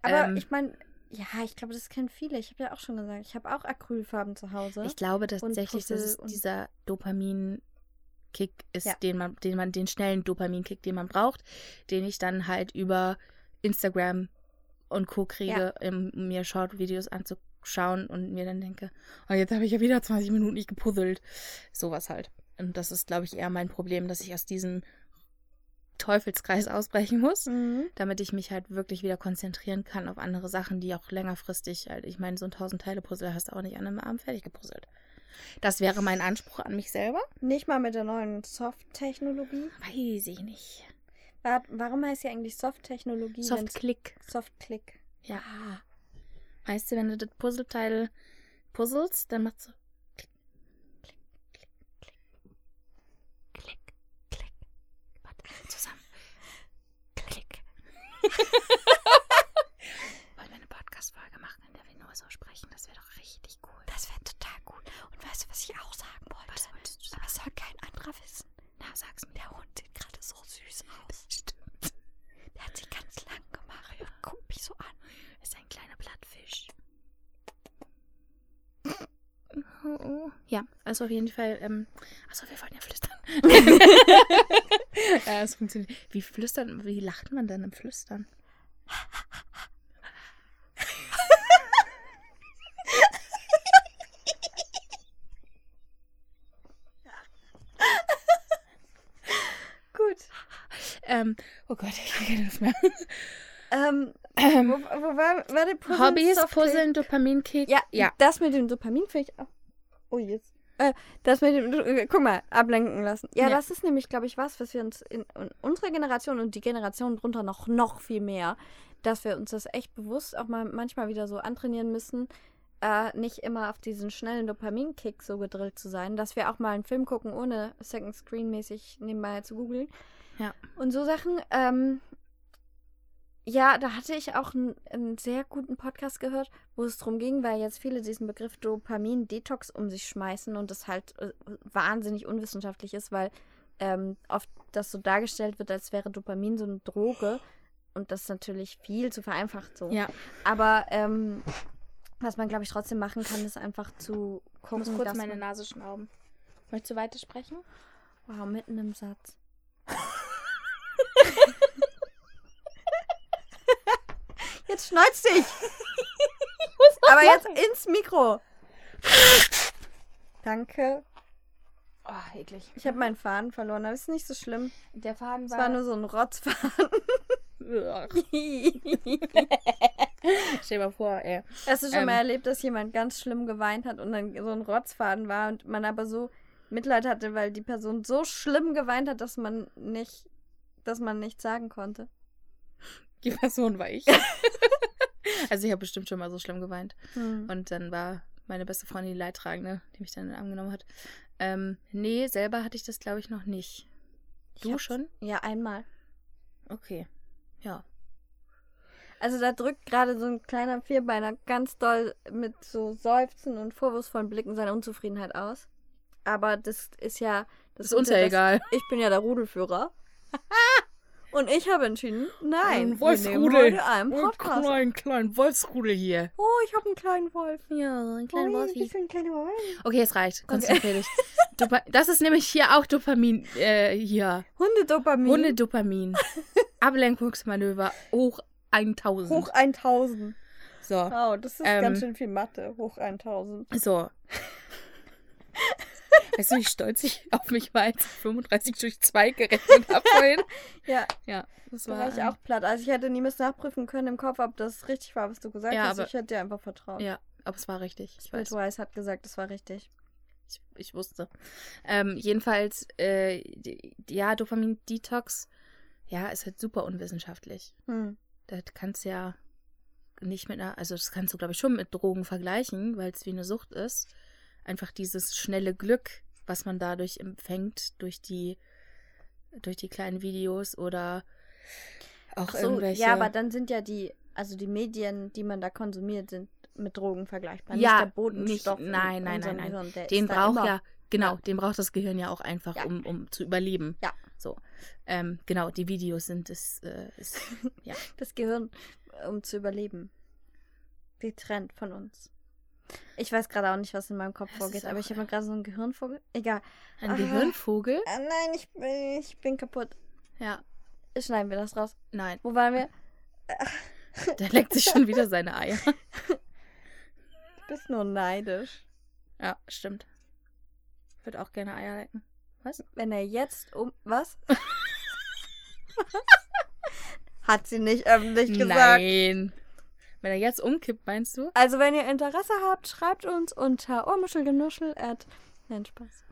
Speaker 2: Aber
Speaker 3: Ähm,
Speaker 2: ich meine, ja, ich glaube, das kennen viele. Ich habe ja auch schon gesagt, ich habe auch Acrylfarben zu Hause.
Speaker 3: ich glaube tatsächlich, dass
Speaker 2: Puzzle
Speaker 3: es
Speaker 2: und-
Speaker 3: dieser Dopamin. Kick ist,
Speaker 2: Ja.
Speaker 3: den man, den man, den schnellen Dopamin-Kick, den man braucht, den ich dann halt über Instagram und Co. kriege, ähm, mir Short-Videos anzuschauen und mir dann denke, oh, jetzt habe ich ja wieder 20 Minuten nicht gepuzzelt. Sowas halt. Und das ist, glaube ich, eher mein Problem, dass ich aus diesem Teufelskreis ausbrechen muss
Speaker 2: mhm.
Speaker 3: damit ich mich halt wirklich wieder konzentrieren kann auf andere Sachen, die auch längerfristig halt, ich meine, so ein 1000-Teile-Puzzle hast du auch nicht an einem Abend fertig gepuzzelt. Das wäre mein Anspruch an mich selber?
Speaker 2: Nicht mal mit der neuen Soft-Technologie.
Speaker 3: Weiß ich nicht.
Speaker 2: Wa- Warum heißt sie eigentlich Soft-Technologie? wenn's-
Speaker 3: Soft-Click.
Speaker 2: Soft-Click.
Speaker 3: Ja. Weißt du, wenn du das Puzzleteil puzzelst, dann macht's so klick, klick, klick, klick. Warte, zusammen. Klick. Wollen wir eine Podcast-Folge machen, in der wir nur so sprechen? Das wäre doch richtig cool.
Speaker 2: Das wäre total gut. Und weißt du, was ich auch sagen wollte?
Speaker 3: Was wolltest du sagen?
Speaker 2: Aber es soll kein anderer wissen.
Speaker 3: Na, sag's mir.
Speaker 2: Der Hund sieht gerade so süß aus. Stimmt. Der hat sich ganz lang gemacht und guckt mich so an.
Speaker 3: Ist ein kleiner Blattfisch. Oh, oh. Ja, also auf jeden Fall. Ähm, achso, wir wollten ja flüstern. ja, es funktioniert. Wie flüstern, wie lacht man denn im Flüstern? Gut. Ähm, oh Gott, ich habe keine Luft mehr.
Speaker 2: Ähm,
Speaker 3: Ähm,
Speaker 2: wo, wo war, war der Puzzle?
Speaker 3: Hobbys, Puzzeln, Dopaminkick.
Speaker 2: Ja,
Speaker 3: ja.
Speaker 2: das mit dem Dopamin finde ich auch. Oh, jetzt. Äh, das mit dem. äh, Guck mal, ablenken lassen. Ja,
Speaker 3: Ja.
Speaker 2: das ist nämlich, glaube ich, was, was wir uns in, in unserer Generation und die Generation drunter noch, noch viel mehr, dass wir uns das echt bewusst auch mal manchmal wieder so antrainieren müssen, äh, nicht immer auf diesen schnellen Dopaminkick so gedrillt zu sein, dass wir auch mal einen Film gucken, ohne Second Screen-mäßig nebenbei zu googeln.
Speaker 3: Ja.
Speaker 2: Und so Sachen. Ähm, ja, da hatte ich auch einen, einen sehr guten Podcast gehört, wo es darum ging, weil jetzt viele diesen Begriff Dopamin-Detox um sich schmeißen und das halt äh, wahnsinnig unwissenschaftlich ist, weil ähm, oft das so dargestellt wird, als wäre Dopamin so eine Droge und das ist natürlich viel zu vereinfacht so.
Speaker 3: Ja.
Speaker 2: Aber ähm, was man, glaube ich, trotzdem machen kann, ist einfach zu
Speaker 3: Ich muss
Speaker 2: gucken,
Speaker 3: kurz
Speaker 2: dass
Speaker 3: meine
Speaker 2: man,
Speaker 3: Nase schnauben. Möchtest du weitersprechen?
Speaker 2: Wow, mitten im Satz. jetzt schneuzt dich! Aber jetzt ins Mikro! Danke.
Speaker 3: Oh, eklig.
Speaker 2: Ich habe meinen Faden verloren, aber ist nicht so schlimm.
Speaker 3: Der Faden
Speaker 2: Es
Speaker 3: war,
Speaker 2: war nur so ein Rotzfaden.
Speaker 3: Ugh. Stell dir mal vor, ey.
Speaker 2: Hast du schon
Speaker 3: Ähm.
Speaker 2: mal erlebt, dass jemand ganz schlimm geweint hat und dann so ein Rotzfaden war und man aber so Mitleid hatte, weil die Person so schlimm geweint hat, dass man nicht, dass man nichts sagen konnte?
Speaker 3: Die Person war ich. also ich habe bestimmt schon mal so schlimm geweint.
Speaker 2: Hm.
Speaker 3: Und dann war meine beste Freundin die Leidtragende, die mich dann in den Arm genommen hat. Ähm, nee, selber hatte ich das, glaube ich, noch nicht.
Speaker 2: Ich
Speaker 3: Du
Speaker 2: hab's-
Speaker 3: schon?
Speaker 2: Ja, einmal.
Speaker 3: Okay. Ja.
Speaker 2: Also da drückt gerade so ein kleiner Vierbeiner ganz doll mit so Seufzen und vorwurfsvollen Blicken seine Unzufriedenheit aus. Aber das ist ja...
Speaker 3: Das ist
Speaker 2: Gute,
Speaker 3: uns ja
Speaker 2: dass-
Speaker 3: egal.
Speaker 2: Ich bin ja der Rudelführer. und ich habe entschieden, nein,
Speaker 3: Ein
Speaker 2: wir nehmen
Speaker 3: Wolfsrudel.
Speaker 2: heute einen Podcast.
Speaker 3: kleinen, kleinen Oh, Wolfsrudel hier.
Speaker 2: Oh, ich habe einen kleinen Wolf.
Speaker 3: Ja, ein kleiner
Speaker 2: oh,
Speaker 3: Wolfi.
Speaker 2: bist du ein kleiner Wolf.
Speaker 3: Okay, es reicht. Konzentrier dich. Dopa das ist nämlich hier auch Dopamin. Äh, hier.
Speaker 2: Hundedopamin.
Speaker 3: Ohne Dopamin. Ablenkungsmanöver hoch 1000.
Speaker 2: Hoch 1000.
Speaker 3: So.
Speaker 2: Wow, das ist
Speaker 3: Ähm.
Speaker 2: ganz schön viel Mathe. Hoch 1000.
Speaker 3: So. Weißt du, wie stolz ich auf mich war, als ich 35 durch 2 gerechnet habe vorhin?
Speaker 2: Ja,
Speaker 3: Ja, das
Speaker 2: da
Speaker 3: war.
Speaker 2: war ich auch platt. Also ich hätte niemals nachprüfen können im Kopf, ob das richtig war, was du gesagt
Speaker 3: Ja,
Speaker 2: hast.
Speaker 3: aber-
Speaker 2: ich hätte dir einfach vertraut.
Speaker 3: Ja, aber es war richtig. Ich weiß.
Speaker 2: Spirituals hat gesagt, das war richtig.
Speaker 3: Ich, ich wusste. Ähm, jedenfalls, äh, die- ja, Dopamin-Detox, ja, ist halt super unwissenschaftlich.
Speaker 2: Hm.
Speaker 3: Das kannst du ja nicht mit einer, also das kannst du, glaube ich, schon mit Drogen vergleichen, weil es wie eine Sucht ist. Einfach dieses schnelle Glück, was man dadurch empfängt, durch die, durch die kleinen Videos oder auch
Speaker 2: Ach so,
Speaker 3: irgendwelche.
Speaker 2: ja, aber dann sind ja die, also die Medien, die man da konsumiert, sind mit Drogen vergleichbar.
Speaker 3: Ja,
Speaker 2: nicht der Bodenstoff.
Speaker 3: nicht- nein,
Speaker 2: in
Speaker 3: nein,
Speaker 2: unserem
Speaker 3: nein, nein.
Speaker 2: Gehirn, der
Speaker 3: den
Speaker 2: ist da
Speaker 3: braucht
Speaker 2: immer.
Speaker 3: ja, genau,
Speaker 2: Ja.
Speaker 3: den braucht das Gehirn ja auch einfach,
Speaker 2: Ja.
Speaker 3: um, um zu überleben.
Speaker 2: Ja.
Speaker 3: So. Ähm, genau, die Videos sind es. Äh, ist,
Speaker 2: das Gehirn, um zu überleben. Getrennt von uns. Ich weiß gerade auch nicht, was in meinem Kopf
Speaker 3: Das
Speaker 2: vorgeht,
Speaker 3: ist
Speaker 2: aber
Speaker 3: auch-
Speaker 2: ich habe mir gerade so ein Gehirn vorge... Egal.
Speaker 3: ein
Speaker 2: Ah.
Speaker 3: Gehirnvogel?
Speaker 2: Ah, nein, ich, bin- ich bin kaputt.
Speaker 3: Ja.
Speaker 2: Schneiden wir das raus.
Speaker 3: Nein,
Speaker 2: Wo waren wir?
Speaker 3: der leckt sich schon wieder seine Eier.
Speaker 2: Bist nur neidisch.
Speaker 3: Ja, stimmt. Ich würde auch gerne Eier lecken.
Speaker 2: Wenn er jetzt um... Was? Hat sie nicht öffentlich gesagt.
Speaker 3: Nein. Wenn er jetzt umkippt, meinst du?
Speaker 2: Also, wenn ihr Interesse habt, schreibt uns unter ohrmuschelgenuschel at... Nein, Spaß.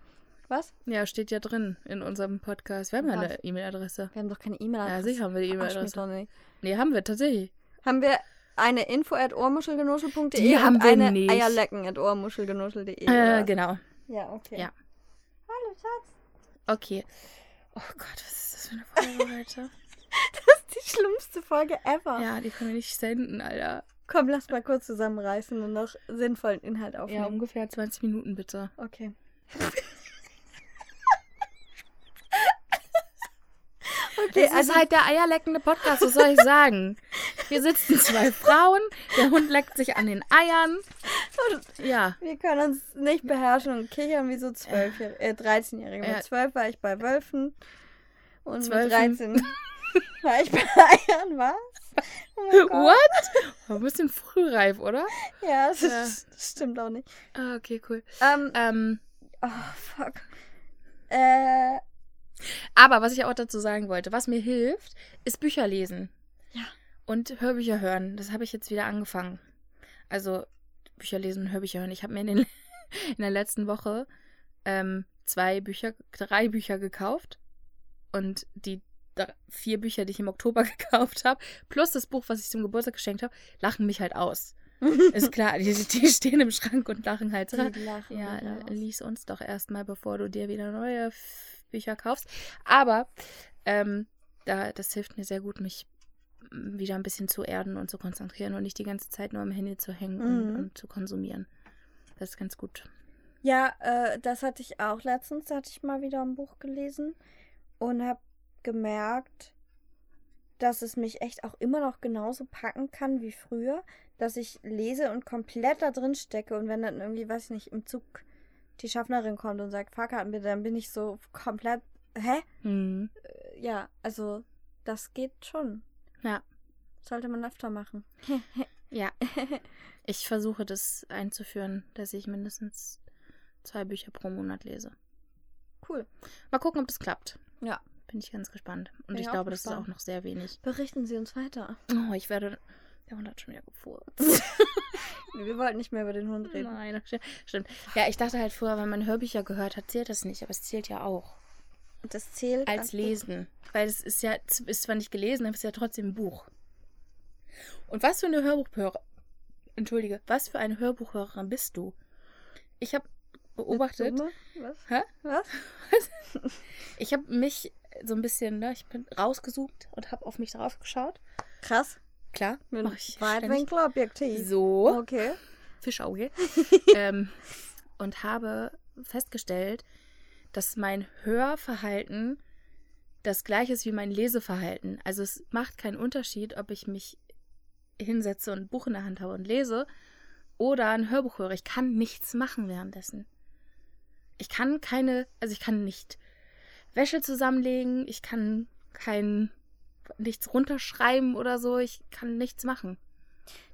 Speaker 2: Was?
Speaker 3: Ja, steht ja drin in unserem Podcast. Wir haben ja eine
Speaker 2: Was?
Speaker 3: E-Mail-Adresse.
Speaker 2: Wir haben doch keine
Speaker 3: Ja,
Speaker 2: E-Mail-Adresse.
Speaker 3: sicher haben wir die
Speaker 2: Verarsch mich
Speaker 3: E-Mail-Adresse.
Speaker 2: doch nicht.
Speaker 3: Nee, haben wir tatsächlich.
Speaker 2: Haben wir eine info at ohrmuschelgenuschel.de
Speaker 3: Die haben
Speaker 2: und
Speaker 3: wir
Speaker 2: eine
Speaker 3: nicht.
Speaker 2: eierlecken at ohrmuschelgenuschel.de.
Speaker 3: Äh,
Speaker 2: oder?
Speaker 3: genau.
Speaker 2: ja, okay.
Speaker 3: Ja.
Speaker 2: Hallo Schatz,
Speaker 3: Okay. Oh Gott, was ist das für eine Folge heute?
Speaker 2: das ist die schlimmste Folge ever.
Speaker 3: Ja, die können wir nicht senden, Alter.
Speaker 2: Komm, lass mal kurz zusammenreißen und noch sinnvollen Inhalt
Speaker 3: Ja,
Speaker 2: aufnehmen.
Speaker 3: ungefähr 20 Minuten bitte.
Speaker 2: okay. okay, also
Speaker 3: Das ist halt der eierleckende Podcast, was soll ich sagen? Wir sitzen zwei Frauen, der Hund leckt sich an den Eiern. Ja,
Speaker 2: Wir können uns nicht beherrschen und kichern wie so 12 äh, 13-Jährige.
Speaker 3: Ja.
Speaker 2: Mit 12 war ich bei Wölfen und
Speaker 3: Zwölfen.
Speaker 2: mit 13 war ich bei Eiern, was? Oh mein Gott.
Speaker 3: what? War ein bisschen frühreif, oder?
Speaker 2: Ja, das
Speaker 3: Ja.
Speaker 2: Ist, das stimmt auch nicht.
Speaker 3: Ah, okay, cool.
Speaker 2: Ähm,
Speaker 3: Ähm,
Speaker 2: oh, fuck. Äh,
Speaker 3: aber was ich auch dazu sagen wollte, was mir hilft, ist Bücher lesen.
Speaker 2: Ja.
Speaker 3: Und Hörbücher hören. Das habe ich jetzt wieder angefangen. Also Bücher lesen und Hörbücher hören. Ich habe mir in, den, in der letzten Woche ähm, zwei Bücher, drei Bücher gekauft. Und die dr- vier Bücher, die ich im Oktober gekauft habe, plus das Buch, was ich zum Geburtstag geschenkt habe, lachen mich halt aus. Ist klar, die, die stehen im Schrank und lachen halt.
Speaker 2: die lachen
Speaker 3: Ja,
Speaker 2: wieder
Speaker 3: l-
Speaker 2: raus.
Speaker 3: lies uns doch erstmal, bevor du dir wieder neue F- Bücher kaufst. Aber ähm, da, das hilft mir sehr gut, mich m, wieder ein bisschen zu erden und zu konzentrieren und nicht die ganze Zeit nur am Handy zu hängen und,
Speaker 2: Mhm.
Speaker 3: und zu konsumieren. Das ist ganz gut.
Speaker 2: Ja, äh, das hatte ich auch letztens. Da hatte ich mal wieder ein Buch gelesen und habe gemerkt, dass es mich echt auch immer noch genauso packen kann wie früher, dass ich lese und komplett da drin stecke und wenn dann irgendwie, weiß ich nicht, im Zug die Schaffnerin kommt und sagt, Fahrkarten bitte, dann bin ich so komplett, hä?
Speaker 3: Mhm.
Speaker 2: Ja, also das geht schon.
Speaker 3: Ja.
Speaker 2: Sollte man öfter machen.
Speaker 3: Ja. Ich versuche das einzuführen, dass ich mindestens zwei Bücher pro Monat lese.
Speaker 2: Cool.
Speaker 3: Mal gucken, ob das klappt.
Speaker 2: Ja.
Speaker 3: Bin ich ganz gespannt. Und
Speaker 2: Bin
Speaker 3: ich
Speaker 2: ich auch
Speaker 3: glaube, das ist
Speaker 2: gespannt.
Speaker 3: auch noch sehr wenig.
Speaker 2: Berichten Sie uns weiter.
Speaker 3: Oh, ich werde. Der Hund hat schon wieder gefurzt.
Speaker 2: Wir wollten nicht mehr über den Hund reden.
Speaker 3: Nein, st- stimmt. Ja, ich dachte halt früher, wenn man Hörbücher gehört hat, zählt das nicht, aber es zählt ja auch.
Speaker 2: Das zählt
Speaker 3: Als
Speaker 2: Buch.
Speaker 3: Lesen. Weil es ist ja, es ist zwar nicht gelesen, aber es ist ja trotzdem ein Buch. Und was für eine Hörbuchhörer. Entschuldige, was für eine Hörbuchhörerin bist du? Ich habe beobachtet,
Speaker 2: Dumme? Was?
Speaker 3: Hä?
Speaker 2: Was?
Speaker 3: ich habe mich so ein bisschen, ne, ich bin rausgesucht und habe auf mich drauf geschaut.
Speaker 2: Krass.
Speaker 3: Klar,
Speaker 2: Mit
Speaker 3: mach ich ständig.
Speaker 2: Weitwinkelobjektiv.
Speaker 3: So.
Speaker 2: Okay. Oh,
Speaker 3: Fischauge. ähm, und habe festgestellt, dass mein Hörverhalten das gleiche ist wie mein Leseverhalten. Also es macht keinen Unterschied, ob ich mich hinsetze und ein Buch in der Hand habe und lese oder ein Hörbuch höre. Ich kann nichts machen währenddessen. Ich kann keine, also ich kann nicht Wäsche zusammenlegen, ich kann kein nichts runterschreiben oder so, ich kann nichts machen.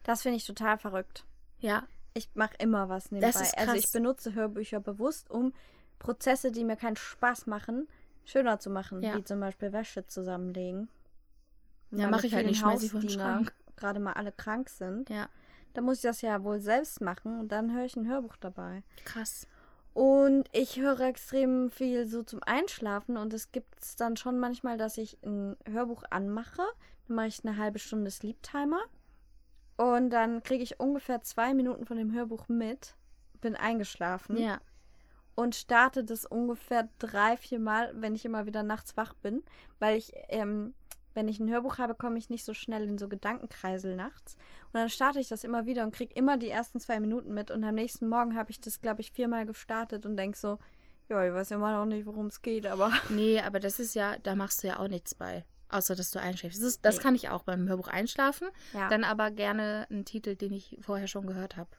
Speaker 2: Das finde ich total verrückt.
Speaker 3: Ja,
Speaker 2: Ich mache immer was nebenbei.
Speaker 3: ist
Speaker 2: Also
Speaker 3: krass.
Speaker 2: ich benutze Hörbücher bewusst, um Prozesse, die mir keinen Spaß machen, schöner zu machen.
Speaker 3: Ja.
Speaker 2: Wie zum Beispiel Wäsche zusammenlegen.
Speaker 3: ja
Speaker 2: Meine
Speaker 3: mache ich halt
Speaker 2: vielen
Speaker 3: nicht, schmeiß ich vor den
Speaker 2: Hausdiener
Speaker 3: Schrank.
Speaker 2: gerade mal alle krank sind.
Speaker 3: Ja.
Speaker 2: Da muss ich das ja wohl selbst machen und dann höre ich ein Hörbuch dabei.
Speaker 3: Krass.
Speaker 2: Und ich höre extrem viel so zum Einschlafen und es gibt es dann schon manchmal, dass ich ein Hörbuch anmache. Dann mache ich eine halbe Stunde Sleep-Timer und dann kriege ich ungefähr zwei Minuten von dem Hörbuch mit, bin eingeschlafen
Speaker 3: Ja.
Speaker 2: und starte das ungefähr drei, vier Mal, wenn ich immer wieder nachts wach bin, weil ich, ähm, wenn ich ein Hörbuch habe, komme ich nicht so schnell in so Gedankenkreisel nachts. Und dann starte ich das immer wieder und kriege immer die ersten zwei Minuten mit. Und am nächsten Morgen habe ich das, glaube ich, viermal gestartet und denke so, ja, ich weiß immer noch nicht, worum es geht, aber
Speaker 3: Nee, aber das ist ja, da machst du ja auch nichts bei. Außer, dass du einschläfst. Das, ist, das
Speaker 2: Nee.
Speaker 3: kann ich auch beim Hörbuch einschlafen.
Speaker 2: ja,
Speaker 3: Dann aber gerne einen Titel, den ich vorher schon gehört habe.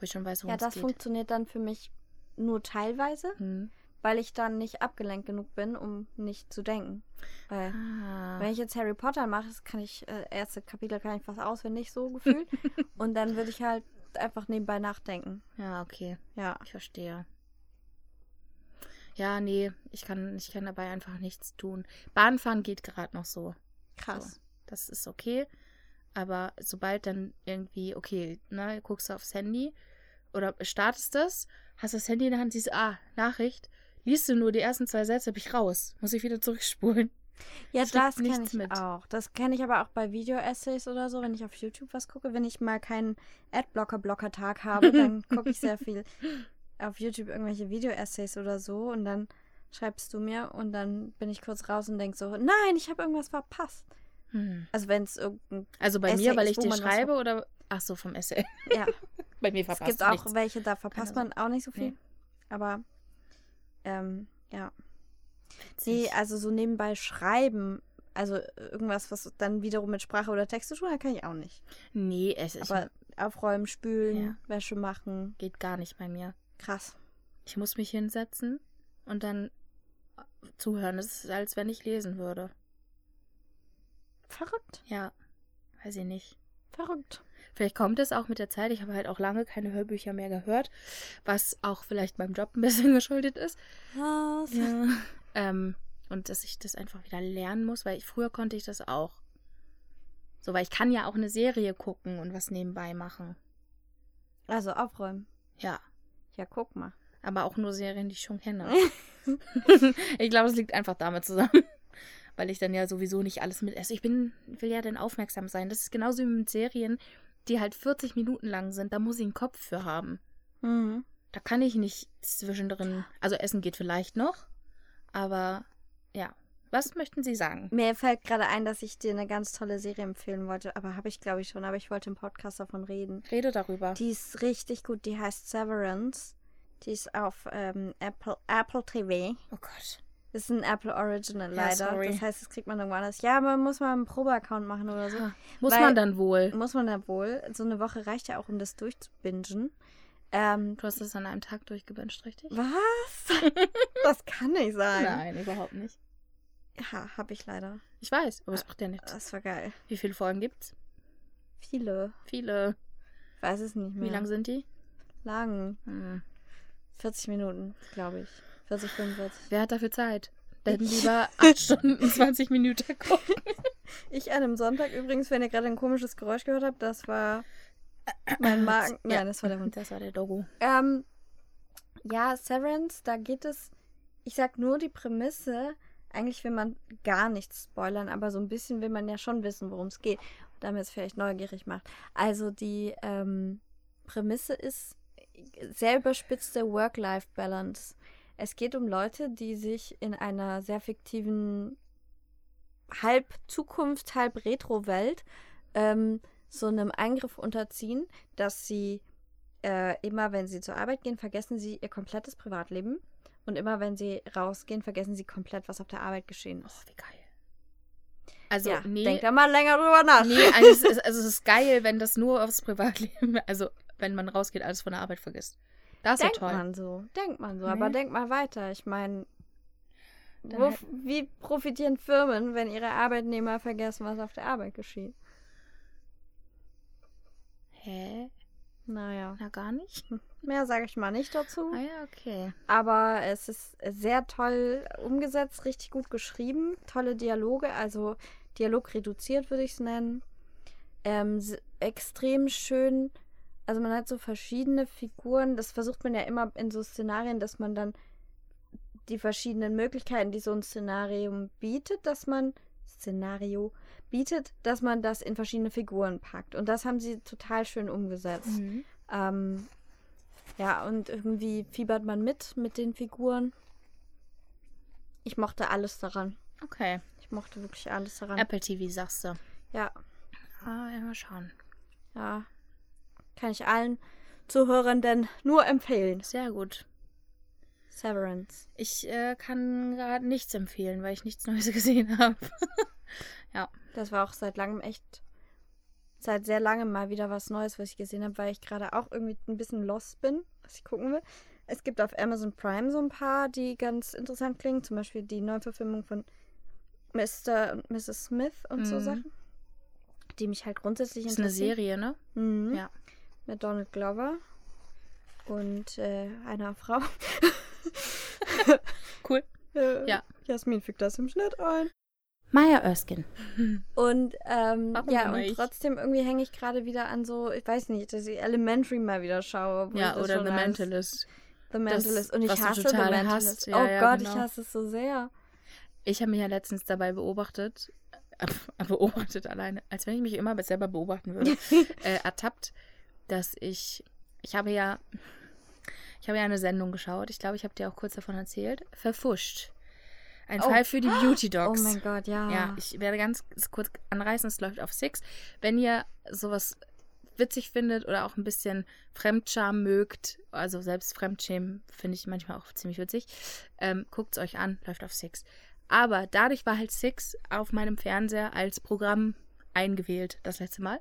Speaker 3: Wo ich schon weiß, worum
Speaker 2: ja das
Speaker 3: es geht.
Speaker 2: funktioniert dann für mich nur teilweise,
Speaker 3: Hm.
Speaker 2: weil ich dann nicht abgelenkt genug bin, um nicht zu denken. Weil
Speaker 3: Ah.
Speaker 2: Wenn ich jetzt Harry Potter mache, das kann ich, äh, erste Kapitel kann ich fast auswendig, so gefühlt. und dann würde ich halt einfach nebenbei nachdenken.
Speaker 3: Ja, okay.
Speaker 2: Ja.
Speaker 3: Ich verstehe. Ja, nee, ich kann, ich kann dabei einfach nichts tun. Bahnfahren geht gerade noch so.
Speaker 2: Krass.
Speaker 3: Das ist okay. Aber sobald dann irgendwie, okay, ne, guckst du aufs Handy oder startest das, hast das Handy in der Hand, siehst, ah, Nachricht, liest du nur die ersten zwei Sätze, bin ich raus. Muss ich wieder zurückspulen.
Speaker 2: Ja,
Speaker 3: Es
Speaker 2: das
Speaker 3: liegt
Speaker 2: kenne
Speaker 3: nichts
Speaker 2: ich
Speaker 3: mit.
Speaker 2: auch. Das kenne ich aber auch bei Video-Essays oder so, wenn ich auf YouTube was gucke. Wenn ich mal keinen Adblocker-Blocker-Tag habe, dann gucke ich sehr viel auf YouTube irgendwelche Video-Essays oder so und dann schreibst du mir und dann bin ich kurz raus und denk so, nein, ich habe irgendwas verpasst.
Speaker 3: Hm.
Speaker 2: Also wenn es irgendein,
Speaker 3: Also bei
Speaker 2: Essay
Speaker 3: mir, weil
Speaker 2: ist,
Speaker 3: ich
Speaker 2: wo
Speaker 3: die
Speaker 2: man was-
Speaker 3: schreibe oder. Ach so, vom Essay.
Speaker 2: ja,
Speaker 3: Bei mir
Speaker 2: es
Speaker 3: verpasst
Speaker 2: gibt
Speaker 3: du
Speaker 2: auch
Speaker 3: nichts.
Speaker 2: welche, da verpasst
Speaker 3: Keine
Speaker 2: man auch nicht so viel.
Speaker 3: Nee.
Speaker 2: Aber ähm, ja.
Speaker 3: Witzig.
Speaker 2: Nee, also so nebenbei schreiben, also irgendwas, was dann wiederum mit Sprache oder Text zu tun hat, kann ich auch nicht.
Speaker 3: Nee, es ich,
Speaker 2: Aber aufräumen, spülen,
Speaker 3: Ja.
Speaker 2: Wäsche machen,
Speaker 3: geht gar nicht bei mir.
Speaker 2: krass.
Speaker 3: Ich muss mich hinsetzen und dann zuhören. Es ist, als wenn ich lesen würde.
Speaker 2: Verrückt,
Speaker 3: Ja, weiß ich nicht.
Speaker 2: verrückt.
Speaker 3: Vielleicht kommt es auch mit der Zeit. Ich habe halt auch lange keine Hörbücher mehr gehört, was auch vielleicht meinem Job ein bisschen geschuldet ist.
Speaker 2: Was?
Speaker 3: Ja. ähm, und dass ich das einfach wieder lernen muss, weil ich, früher konnte ich das auch. So, weil ich kann ja auch eine Serie gucken und was nebenbei machen.
Speaker 2: Also aufräumen.
Speaker 3: Ja,
Speaker 2: Ja, guck mal.
Speaker 3: aber auch nur Serien, die ich schon kenne. ich glaube, es liegt einfach damit zusammen. Weil ich dann ja sowieso nicht alles mit. Also ich bin, will ja dann aufmerksam sein. Das ist genauso wie mit Serien, die halt 40 Minuten lang sind. Da muss ich einen Kopf für haben.
Speaker 2: Mhm.
Speaker 3: Da kann ich nicht zwischendrin. Also Essen geht vielleicht noch. Aber ja. Was möchten Sie sagen?
Speaker 2: Mir fällt gerade ein, dass ich dir eine ganz tolle Serie empfehlen wollte, aber habe ich glaube ich schon, aber ich wollte im Podcast davon reden.
Speaker 3: Rede darüber.
Speaker 2: Die ist richtig gut, die heißt Severance. Die ist auf ähm, Apple, Apple TV.
Speaker 3: oh Gott.
Speaker 2: Das ist ein Apple Original
Speaker 3: Ja,
Speaker 2: leider.
Speaker 3: sorry.
Speaker 2: Das heißt, das kriegt man irgendwo anders. Ja, man muss mal einen Probeaccount machen oder so.
Speaker 3: Ah. Also, Muss
Speaker 2: Weil-
Speaker 3: man dann wohl.
Speaker 2: Muss man da wohl. So eine Woche reicht ja auch, um das durchzubingen. Ähm,
Speaker 3: Du hast das an einem Tag durchgewünscht, richtig?
Speaker 2: was? Das kann nicht sein.
Speaker 3: Nein, überhaupt nicht.
Speaker 2: Ja, hab ich leider.
Speaker 3: Ich weiß,
Speaker 2: Ah.
Speaker 3: aber es macht ja nichts.
Speaker 2: Das war geil.
Speaker 3: Wie viele Folgen gibt's?
Speaker 2: Viele.
Speaker 3: Viele.
Speaker 2: Ich weiß es nicht mehr.
Speaker 3: Wie lang sind die?
Speaker 2: Lang.
Speaker 3: Hm.
Speaker 2: 40 Minuten, glaube ich. 40, 45.
Speaker 3: Wer hat dafür Zeit? Dann lieber 8 Stunden 20 Minuten gucken.
Speaker 2: Ich an einem Sonntag übrigens, wenn ihr gerade ein komisches Geräusch gehört habt, das war mein Magen. Nein,
Speaker 3: Ja.
Speaker 2: das war der Hund.
Speaker 3: Das war der Dogo.
Speaker 2: Ähm, ja, Severance, da geht es, ich sag nur die Prämisse, eigentlich will man gar nichts spoilern, aber so ein bisschen will man ja schon wissen, worum es geht, damit es vielleicht neugierig macht. Also die ähm, Prämisse ist sehr überspitzte Work-Life-Balance. Es geht um Leute, die sich in einer sehr fiktiven halb Zukunft, halb Retro-Welt ähm, so einem Eingriff unterziehen, dass sie äh, immer, wenn sie zur Arbeit gehen, vergessen sie ihr komplettes Privatleben. Und immer, wenn sie rausgehen, vergessen sie komplett, was auf der Arbeit geschehen
Speaker 3: Oh,
Speaker 2: ist.
Speaker 3: wie geil. Also,
Speaker 2: ja,
Speaker 3: nee.
Speaker 2: denk da mal länger drüber nach.
Speaker 3: Nee, also es, ist, also es ist geil, wenn das nur aufs Privatleben, also wenn man rausgeht, alles von der Arbeit vergisst. Das ist ja
Speaker 2: denkt
Speaker 3: toll.
Speaker 2: man so, denkt man so.
Speaker 3: Nee.
Speaker 2: Aber denkt mal weiter. Ich meine,
Speaker 3: Dann
Speaker 2: wo- wie profitieren Firmen, wenn ihre Arbeitnehmer vergessen, was auf der Arbeit geschieht?
Speaker 3: Hä?
Speaker 2: Naja,
Speaker 3: Na, gar nicht?
Speaker 2: mehr sage ich mal nicht dazu.
Speaker 3: Ah ja, okay.
Speaker 2: Aber es ist sehr toll umgesetzt, richtig gut geschrieben, tolle Dialoge, also Dialog reduziert würde ich es nennen. Ähm, s- extrem schön. Also man hat so verschiedene Figuren. Das versucht man ja immer in so Szenarien, dass man dann die verschiedenen Möglichkeiten, die so ein Szenarium bietet, dass man Szenario bietet, dass man das in verschiedene Figuren packt. Und das haben sie total schön umgesetzt.
Speaker 3: Mhm.
Speaker 2: Ähm, ja, und irgendwie fiebert man mit mit den Figuren. Ich mochte alles daran.
Speaker 3: Okay.
Speaker 2: Ich mochte wirklich alles daran.
Speaker 3: Apple TV sagst du.
Speaker 2: Ja,
Speaker 3: Ah, ja, mal schauen.
Speaker 2: ja. Kann ich allen Zuhörenden nur empfehlen.
Speaker 3: Sehr gut.
Speaker 2: Severance.
Speaker 3: Ich äh, kann gerade nichts empfehlen, weil ich nichts Neues gesehen habe.
Speaker 2: Das war auch seit langem echt, seit sehr langem mal wieder was Neues, was ich gesehen habe, weil ich gerade auch irgendwie ein bisschen lost bin, was ich gucken will. Es gibt auf Amazon Prime so ein paar, die ganz interessant klingen. Zum Beispiel die Neuverfilmung von Mr. und Mrs. Smith und so
Speaker 3: Mhm.
Speaker 2: Sachen. Die mich halt grundsätzlich
Speaker 3: Das ist eine
Speaker 2: interessieren.
Speaker 3: Serie, ne?
Speaker 2: Mhm.
Speaker 3: Ja.
Speaker 2: Mit Donald Glover und äh, einer Frau.
Speaker 3: Cool.
Speaker 2: Äh,
Speaker 3: Ja.
Speaker 2: Jasmin fügt das im Schnitt ein.
Speaker 3: Maya Erskine.
Speaker 2: Und ähm,
Speaker 3: Warum
Speaker 2: ja,
Speaker 3: immer
Speaker 2: und
Speaker 3: ich?
Speaker 2: trotzdem irgendwie hänge ich gerade wieder an so, ich weiß nicht, dass ich Elementary mal wieder schaue. obwohl ich
Speaker 3: Ja,
Speaker 2: das
Speaker 3: oder
Speaker 2: schon
Speaker 3: The
Speaker 2: als
Speaker 3: Mentalist.
Speaker 2: The Mentalist. Und ich
Speaker 3: was du
Speaker 2: hasse The
Speaker 3: total
Speaker 2: Mentalist.
Speaker 3: hasst. Ja,
Speaker 2: oh
Speaker 3: ja,
Speaker 2: Gott,
Speaker 3: genau.
Speaker 2: ich hasse es so sehr.
Speaker 3: Ich habe mich ja letztens dabei beobachtet, äh, beobachtet alleine, als wenn ich mich immer selber beobachten würde, äh, ertappt, dass ich, ich habe ja, ich habe ja eine Sendung geschaut, ich glaube, ich habe dir auch kurz davon erzählt, verfuscht. Ein
Speaker 2: Oh.
Speaker 3: Fall für die Beauty
Speaker 2: Oh
Speaker 3: Dogs.
Speaker 2: mein Gott, ja.
Speaker 3: Ja, ich werde ganz kurz anreißen, es läuft auf Six. Wenn ihr sowas witzig findet oder auch ein bisschen Fremdscham mögt, also selbst Fremdschämen finde ich manchmal auch ziemlich witzig, ähm, guckt es euch an, läuft auf Six. Aber dadurch war halt Six auf meinem Fernseher als Programm eingewählt, das letzte Mal.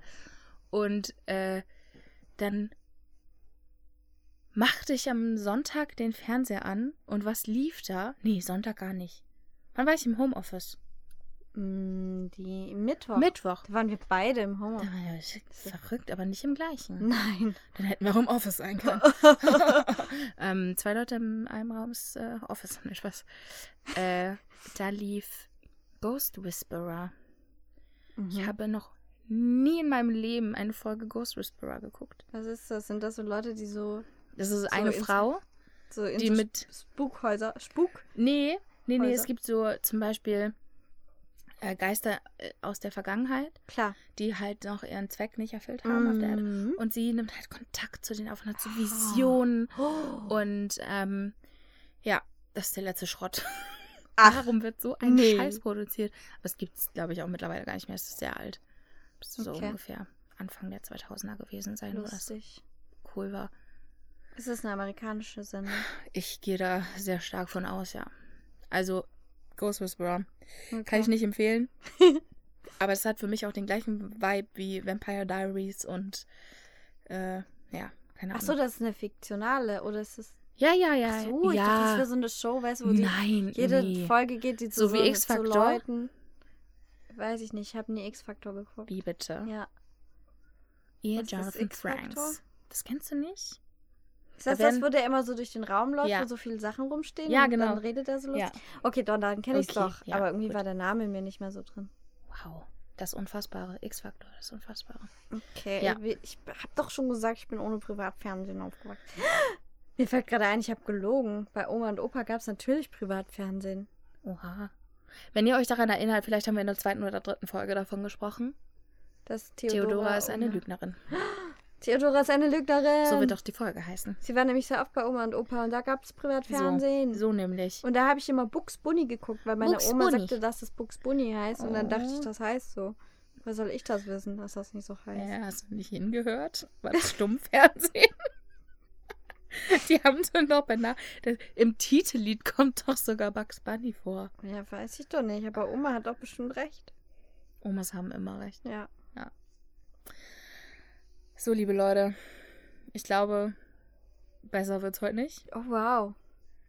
Speaker 3: Und äh, dann machte ich am Sonntag den Fernseher an und was lief da? Nee, Sonntag gar nicht. Wann war ich im Homeoffice?
Speaker 2: Mm, die Mittwoch.
Speaker 3: Mittwoch. Ah,
Speaker 2: Da waren wir beide im Home.
Speaker 3: Da war ich verrückt, aber nicht im gleichen.
Speaker 2: Nein.
Speaker 3: Dann hätten wir Homeoffice sein können. ähm, zwei Leute in einem Raum ist äh, Office, nicht Spaß. Äh, da lief Ghost Whisperer.
Speaker 2: Mhm.
Speaker 3: Ich habe noch nie in meinem Leben eine Folge Ghost Whisperer geguckt.
Speaker 2: Was ist das? Sind das so Leute, die so,
Speaker 3: Das ist eine
Speaker 2: ins-
Speaker 3: Frau,
Speaker 2: so in
Speaker 3: die
Speaker 2: so
Speaker 3: mit
Speaker 2: Spukhäuser. Spuk?
Speaker 3: Nee, nee, nee,
Speaker 2: Häuser.
Speaker 3: es gibt so zum Beispiel äh, Geister äh, aus der Vergangenheit,
Speaker 2: Klar.
Speaker 3: die halt noch ihren Zweck nicht erfüllt haben auf der Erde.
Speaker 2: Mhm.
Speaker 3: Und sie nimmt halt Kontakt zu denen auf und hat so
Speaker 2: Ah.
Speaker 3: Visionen.
Speaker 2: Oh.
Speaker 3: Und ähm, ja, das ist der letzte Schrott.
Speaker 2: Ach,
Speaker 3: Warum wird so ein
Speaker 2: nee.
Speaker 3: Scheiß produziert? Das gibt es, glaube ich, auch mittlerweile gar nicht mehr. Es ist sehr alt. Das ist so
Speaker 2: Okay.
Speaker 3: ungefähr Anfang der 2000er gewesen sein, wo das
Speaker 2: lustig.
Speaker 3: cool war.
Speaker 2: Es ist eine amerikanische Sendung.
Speaker 3: Ich gehe da sehr stark von aus, ja. Also, Ghost Whisperer.
Speaker 2: Okay.
Speaker 3: Kann ich nicht empfehlen. Aber es hat für mich auch den gleichen Vibe wie Vampire Diaries und äh, ja, keine Ahnung.
Speaker 2: Ach so, das ist eine fiktionale oder ist es?
Speaker 3: ja, ja, ja.
Speaker 2: Ach so, ich
Speaker 3: Äh, ja.
Speaker 2: dachte, das wäre so eine Show, weißt du, wo die
Speaker 3: Nein,
Speaker 2: jede
Speaker 3: nee.
Speaker 2: Folge geht, die zu
Speaker 3: So wie X-Factor?
Speaker 2: zu Leuten. Weiß ich nicht, ich habe nie X-Faktor geguckt.
Speaker 3: Wie bitte?
Speaker 2: Ja.
Speaker 3: Ihr
Speaker 2: Was ist
Speaker 3: Jonathan
Speaker 2: X-Factor?
Speaker 3: Franks. Das kennst du nicht?
Speaker 2: Ist das
Speaker 3: Da werden-
Speaker 2: das, wo der immer so durch den Raum läuft,
Speaker 3: Ja.
Speaker 2: wo so viele Sachen rumstehen?
Speaker 3: Ja,
Speaker 2: und
Speaker 3: genau.
Speaker 2: Dann redet er so
Speaker 3: Ja.
Speaker 2: lustig. Okay, dann, dann kenne ich es
Speaker 3: Okay,
Speaker 2: doch.
Speaker 3: ja,
Speaker 2: aber irgendwie
Speaker 3: gut.
Speaker 2: war der Name mir nicht mehr so drin.
Speaker 3: Wow. Das Unfassbare. X-Faktor, das Unfassbare.
Speaker 2: Okay,
Speaker 3: Ja.
Speaker 2: wie- ich habe doch schon gesagt, ich bin ohne Privatfernsehen aufgewachsen. Mir fällt gerade ein, ich habe gelogen. Bei Oma und Opa gab es natürlich Privatfernsehen.
Speaker 3: Oha. Wenn ihr euch daran erinnert, vielleicht haben wir in der zweiten oder dritten Folge davon gesprochen.
Speaker 2: Das Theodora,
Speaker 3: Theodora, ist eine
Speaker 2: Oma-
Speaker 3: Lügnerin.
Speaker 2: Theodora ist eine Lügnerin.
Speaker 3: So wird doch die Folge heißen.
Speaker 2: Sie war nämlich sehr oft bei Oma und Opa und da gab es Privatfernsehen.
Speaker 3: So, so nämlich.
Speaker 2: Und da habe ich immer Bugs Bunny geguckt, weil meine
Speaker 3: Bugs
Speaker 2: Oma
Speaker 3: Bunny.
Speaker 2: sagte, dass es Bugs Bunny heißt. Und dann dachte
Speaker 3: Oh.
Speaker 2: ich, das heißt so. Was soll ich das wissen, dass das nicht so heißt?
Speaker 3: Ja, Äh, hast du nicht hingehört? War das Stummfernsehen? Die haben so noch bei Na das, Im Titellied kommt doch sogar Bugs Bunny vor.
Speaker 2: Ja, weiß ich doch nicht. Aber Oma hat doch bestimmt recht.
Speaker 3: Omas haben immer recht.
Speaker 2: Ja.
Speaker 3: So, liebe Leute, ich glaube, besser wird's heute nicht.
Speaker 2: Oh, wow.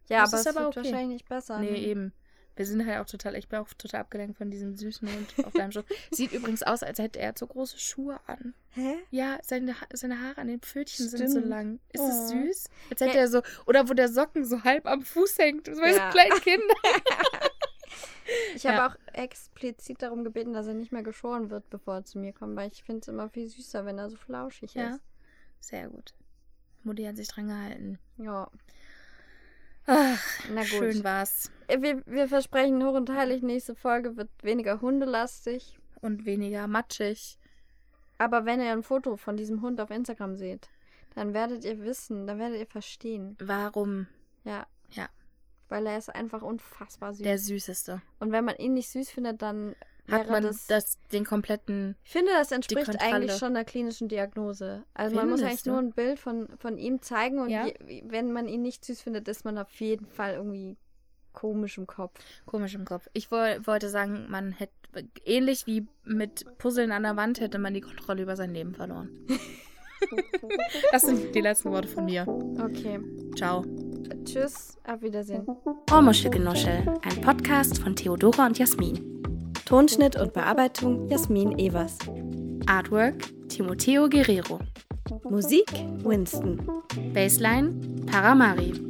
Speaker 2: Ja,
Speaker 3: Das
Speaker 2: aber
Speaker 3: ist
Speaker 2: es
Speaker 3: aber
Speaker 2: wird
Speaker 3: okay.
Speaker 2: wahrscheinlich nicht besser. ne?
Speaker 3: Nee, eh. eben. Wir sind halt auch total, ich bin auch total abgelenkt von diesem süßen Hund auf deinem Schoß. Sieht übrigens aus, als hätte er so große Schuhe an.
Speaker 2: Hä?
Speaker 3: Ja, seine, Ha- seine Haare an den Pfötchen sind so
Speaker 2: Stimmt.
Speaker 3: lang. Ist
Speaker 2: Oh.
Speaker 3: es süß? Als hätte
Speaker 2: Ja.
Speaker 3: er so, oder wo der Socken so halb am Fuß hängt. Das weiß
Speaker 2: Ja.
Speaker 3: kleinen Kind.
Speaker 2: Ich
Speaker 3: Ja.
Speaker 2: habe auch explizit darum gebeten, dass er nicht mehr geschoren wird, bevor er zu mir kommt, weil ich finde es immer viel süßer, wenn er so flauschig
Speaker 3: Ja.
Speaker 2: ist.
Speaker 3: Sehr gut. Mutti hat sich dran gehalten.
Speaker 2: Ja.
Speaker 3: Ach,
Speaker 2: Na gut.
Speaker 3: schön war's.
Speaker 2: Wir, wir versprechen hoch und heilig, nächste Folge wird weniger hundelastig.
Speaker 3: Und weniger matschig.
Speaker 2: Aber wenn ihr ein Foto von diesem Hund auf Instagram seht, dann werdet ihr wissen, dann werdet ihr verstehen.
Speaker 3: Warum?
Speaker 2: Ja.
Speaker 3: Ja.
Speaker 2: Weil er ist einfach unfassbar süß.
Speaker 3: Der süßeste.
Speaker 2: Und wenn man ihn nicht süß findet, dann
Speaker 3: Hat
Speaker 2: wäre
Speaker 3: man
Speaker 2: das,
Speaker 3: das, den kompletten.
Speaker 2: Ich finde, das entspricht
Speaker 3: Kontrolle.
Speaker 2: eigentlich schon der klinischen Diagnose. Also man muss
Speaker 3: Findest
Speaker 2: eigentlich
Speaker 3: du?
Speaker 2: nur ein Bild von, von ihm zeigen und
Speaker 3: Ja.
Speaker 2: je, wenn man ihn nicht süß findet, ist man auf jeden Fall irgendwie komisch im Kopf.
Speaker 3: Komisch im Kopf. Ich woll, wollte sagen, man hätte. Ähnlich wie mit Puzzeln an der Wand hätte man die Kontrolle über sein Leben verloren. das sind die letzten Worte von mir.
Speaker 2: Okay.
Speaker 3: Ciao.
Speaker 2: Tschüss, auf Wiedersehen.
Speaker 5: Ohrmuschelgenuschel, ein Podcast von Theodora und Jasmin.
Speaker 2: Tonschnitt und Bearbeitung Jasmin Evers.
Speaker 5: Artwork Timoteo Guerrero.
Speaker 2: Musik Winston.
Speaker 5: Baseline Paramari.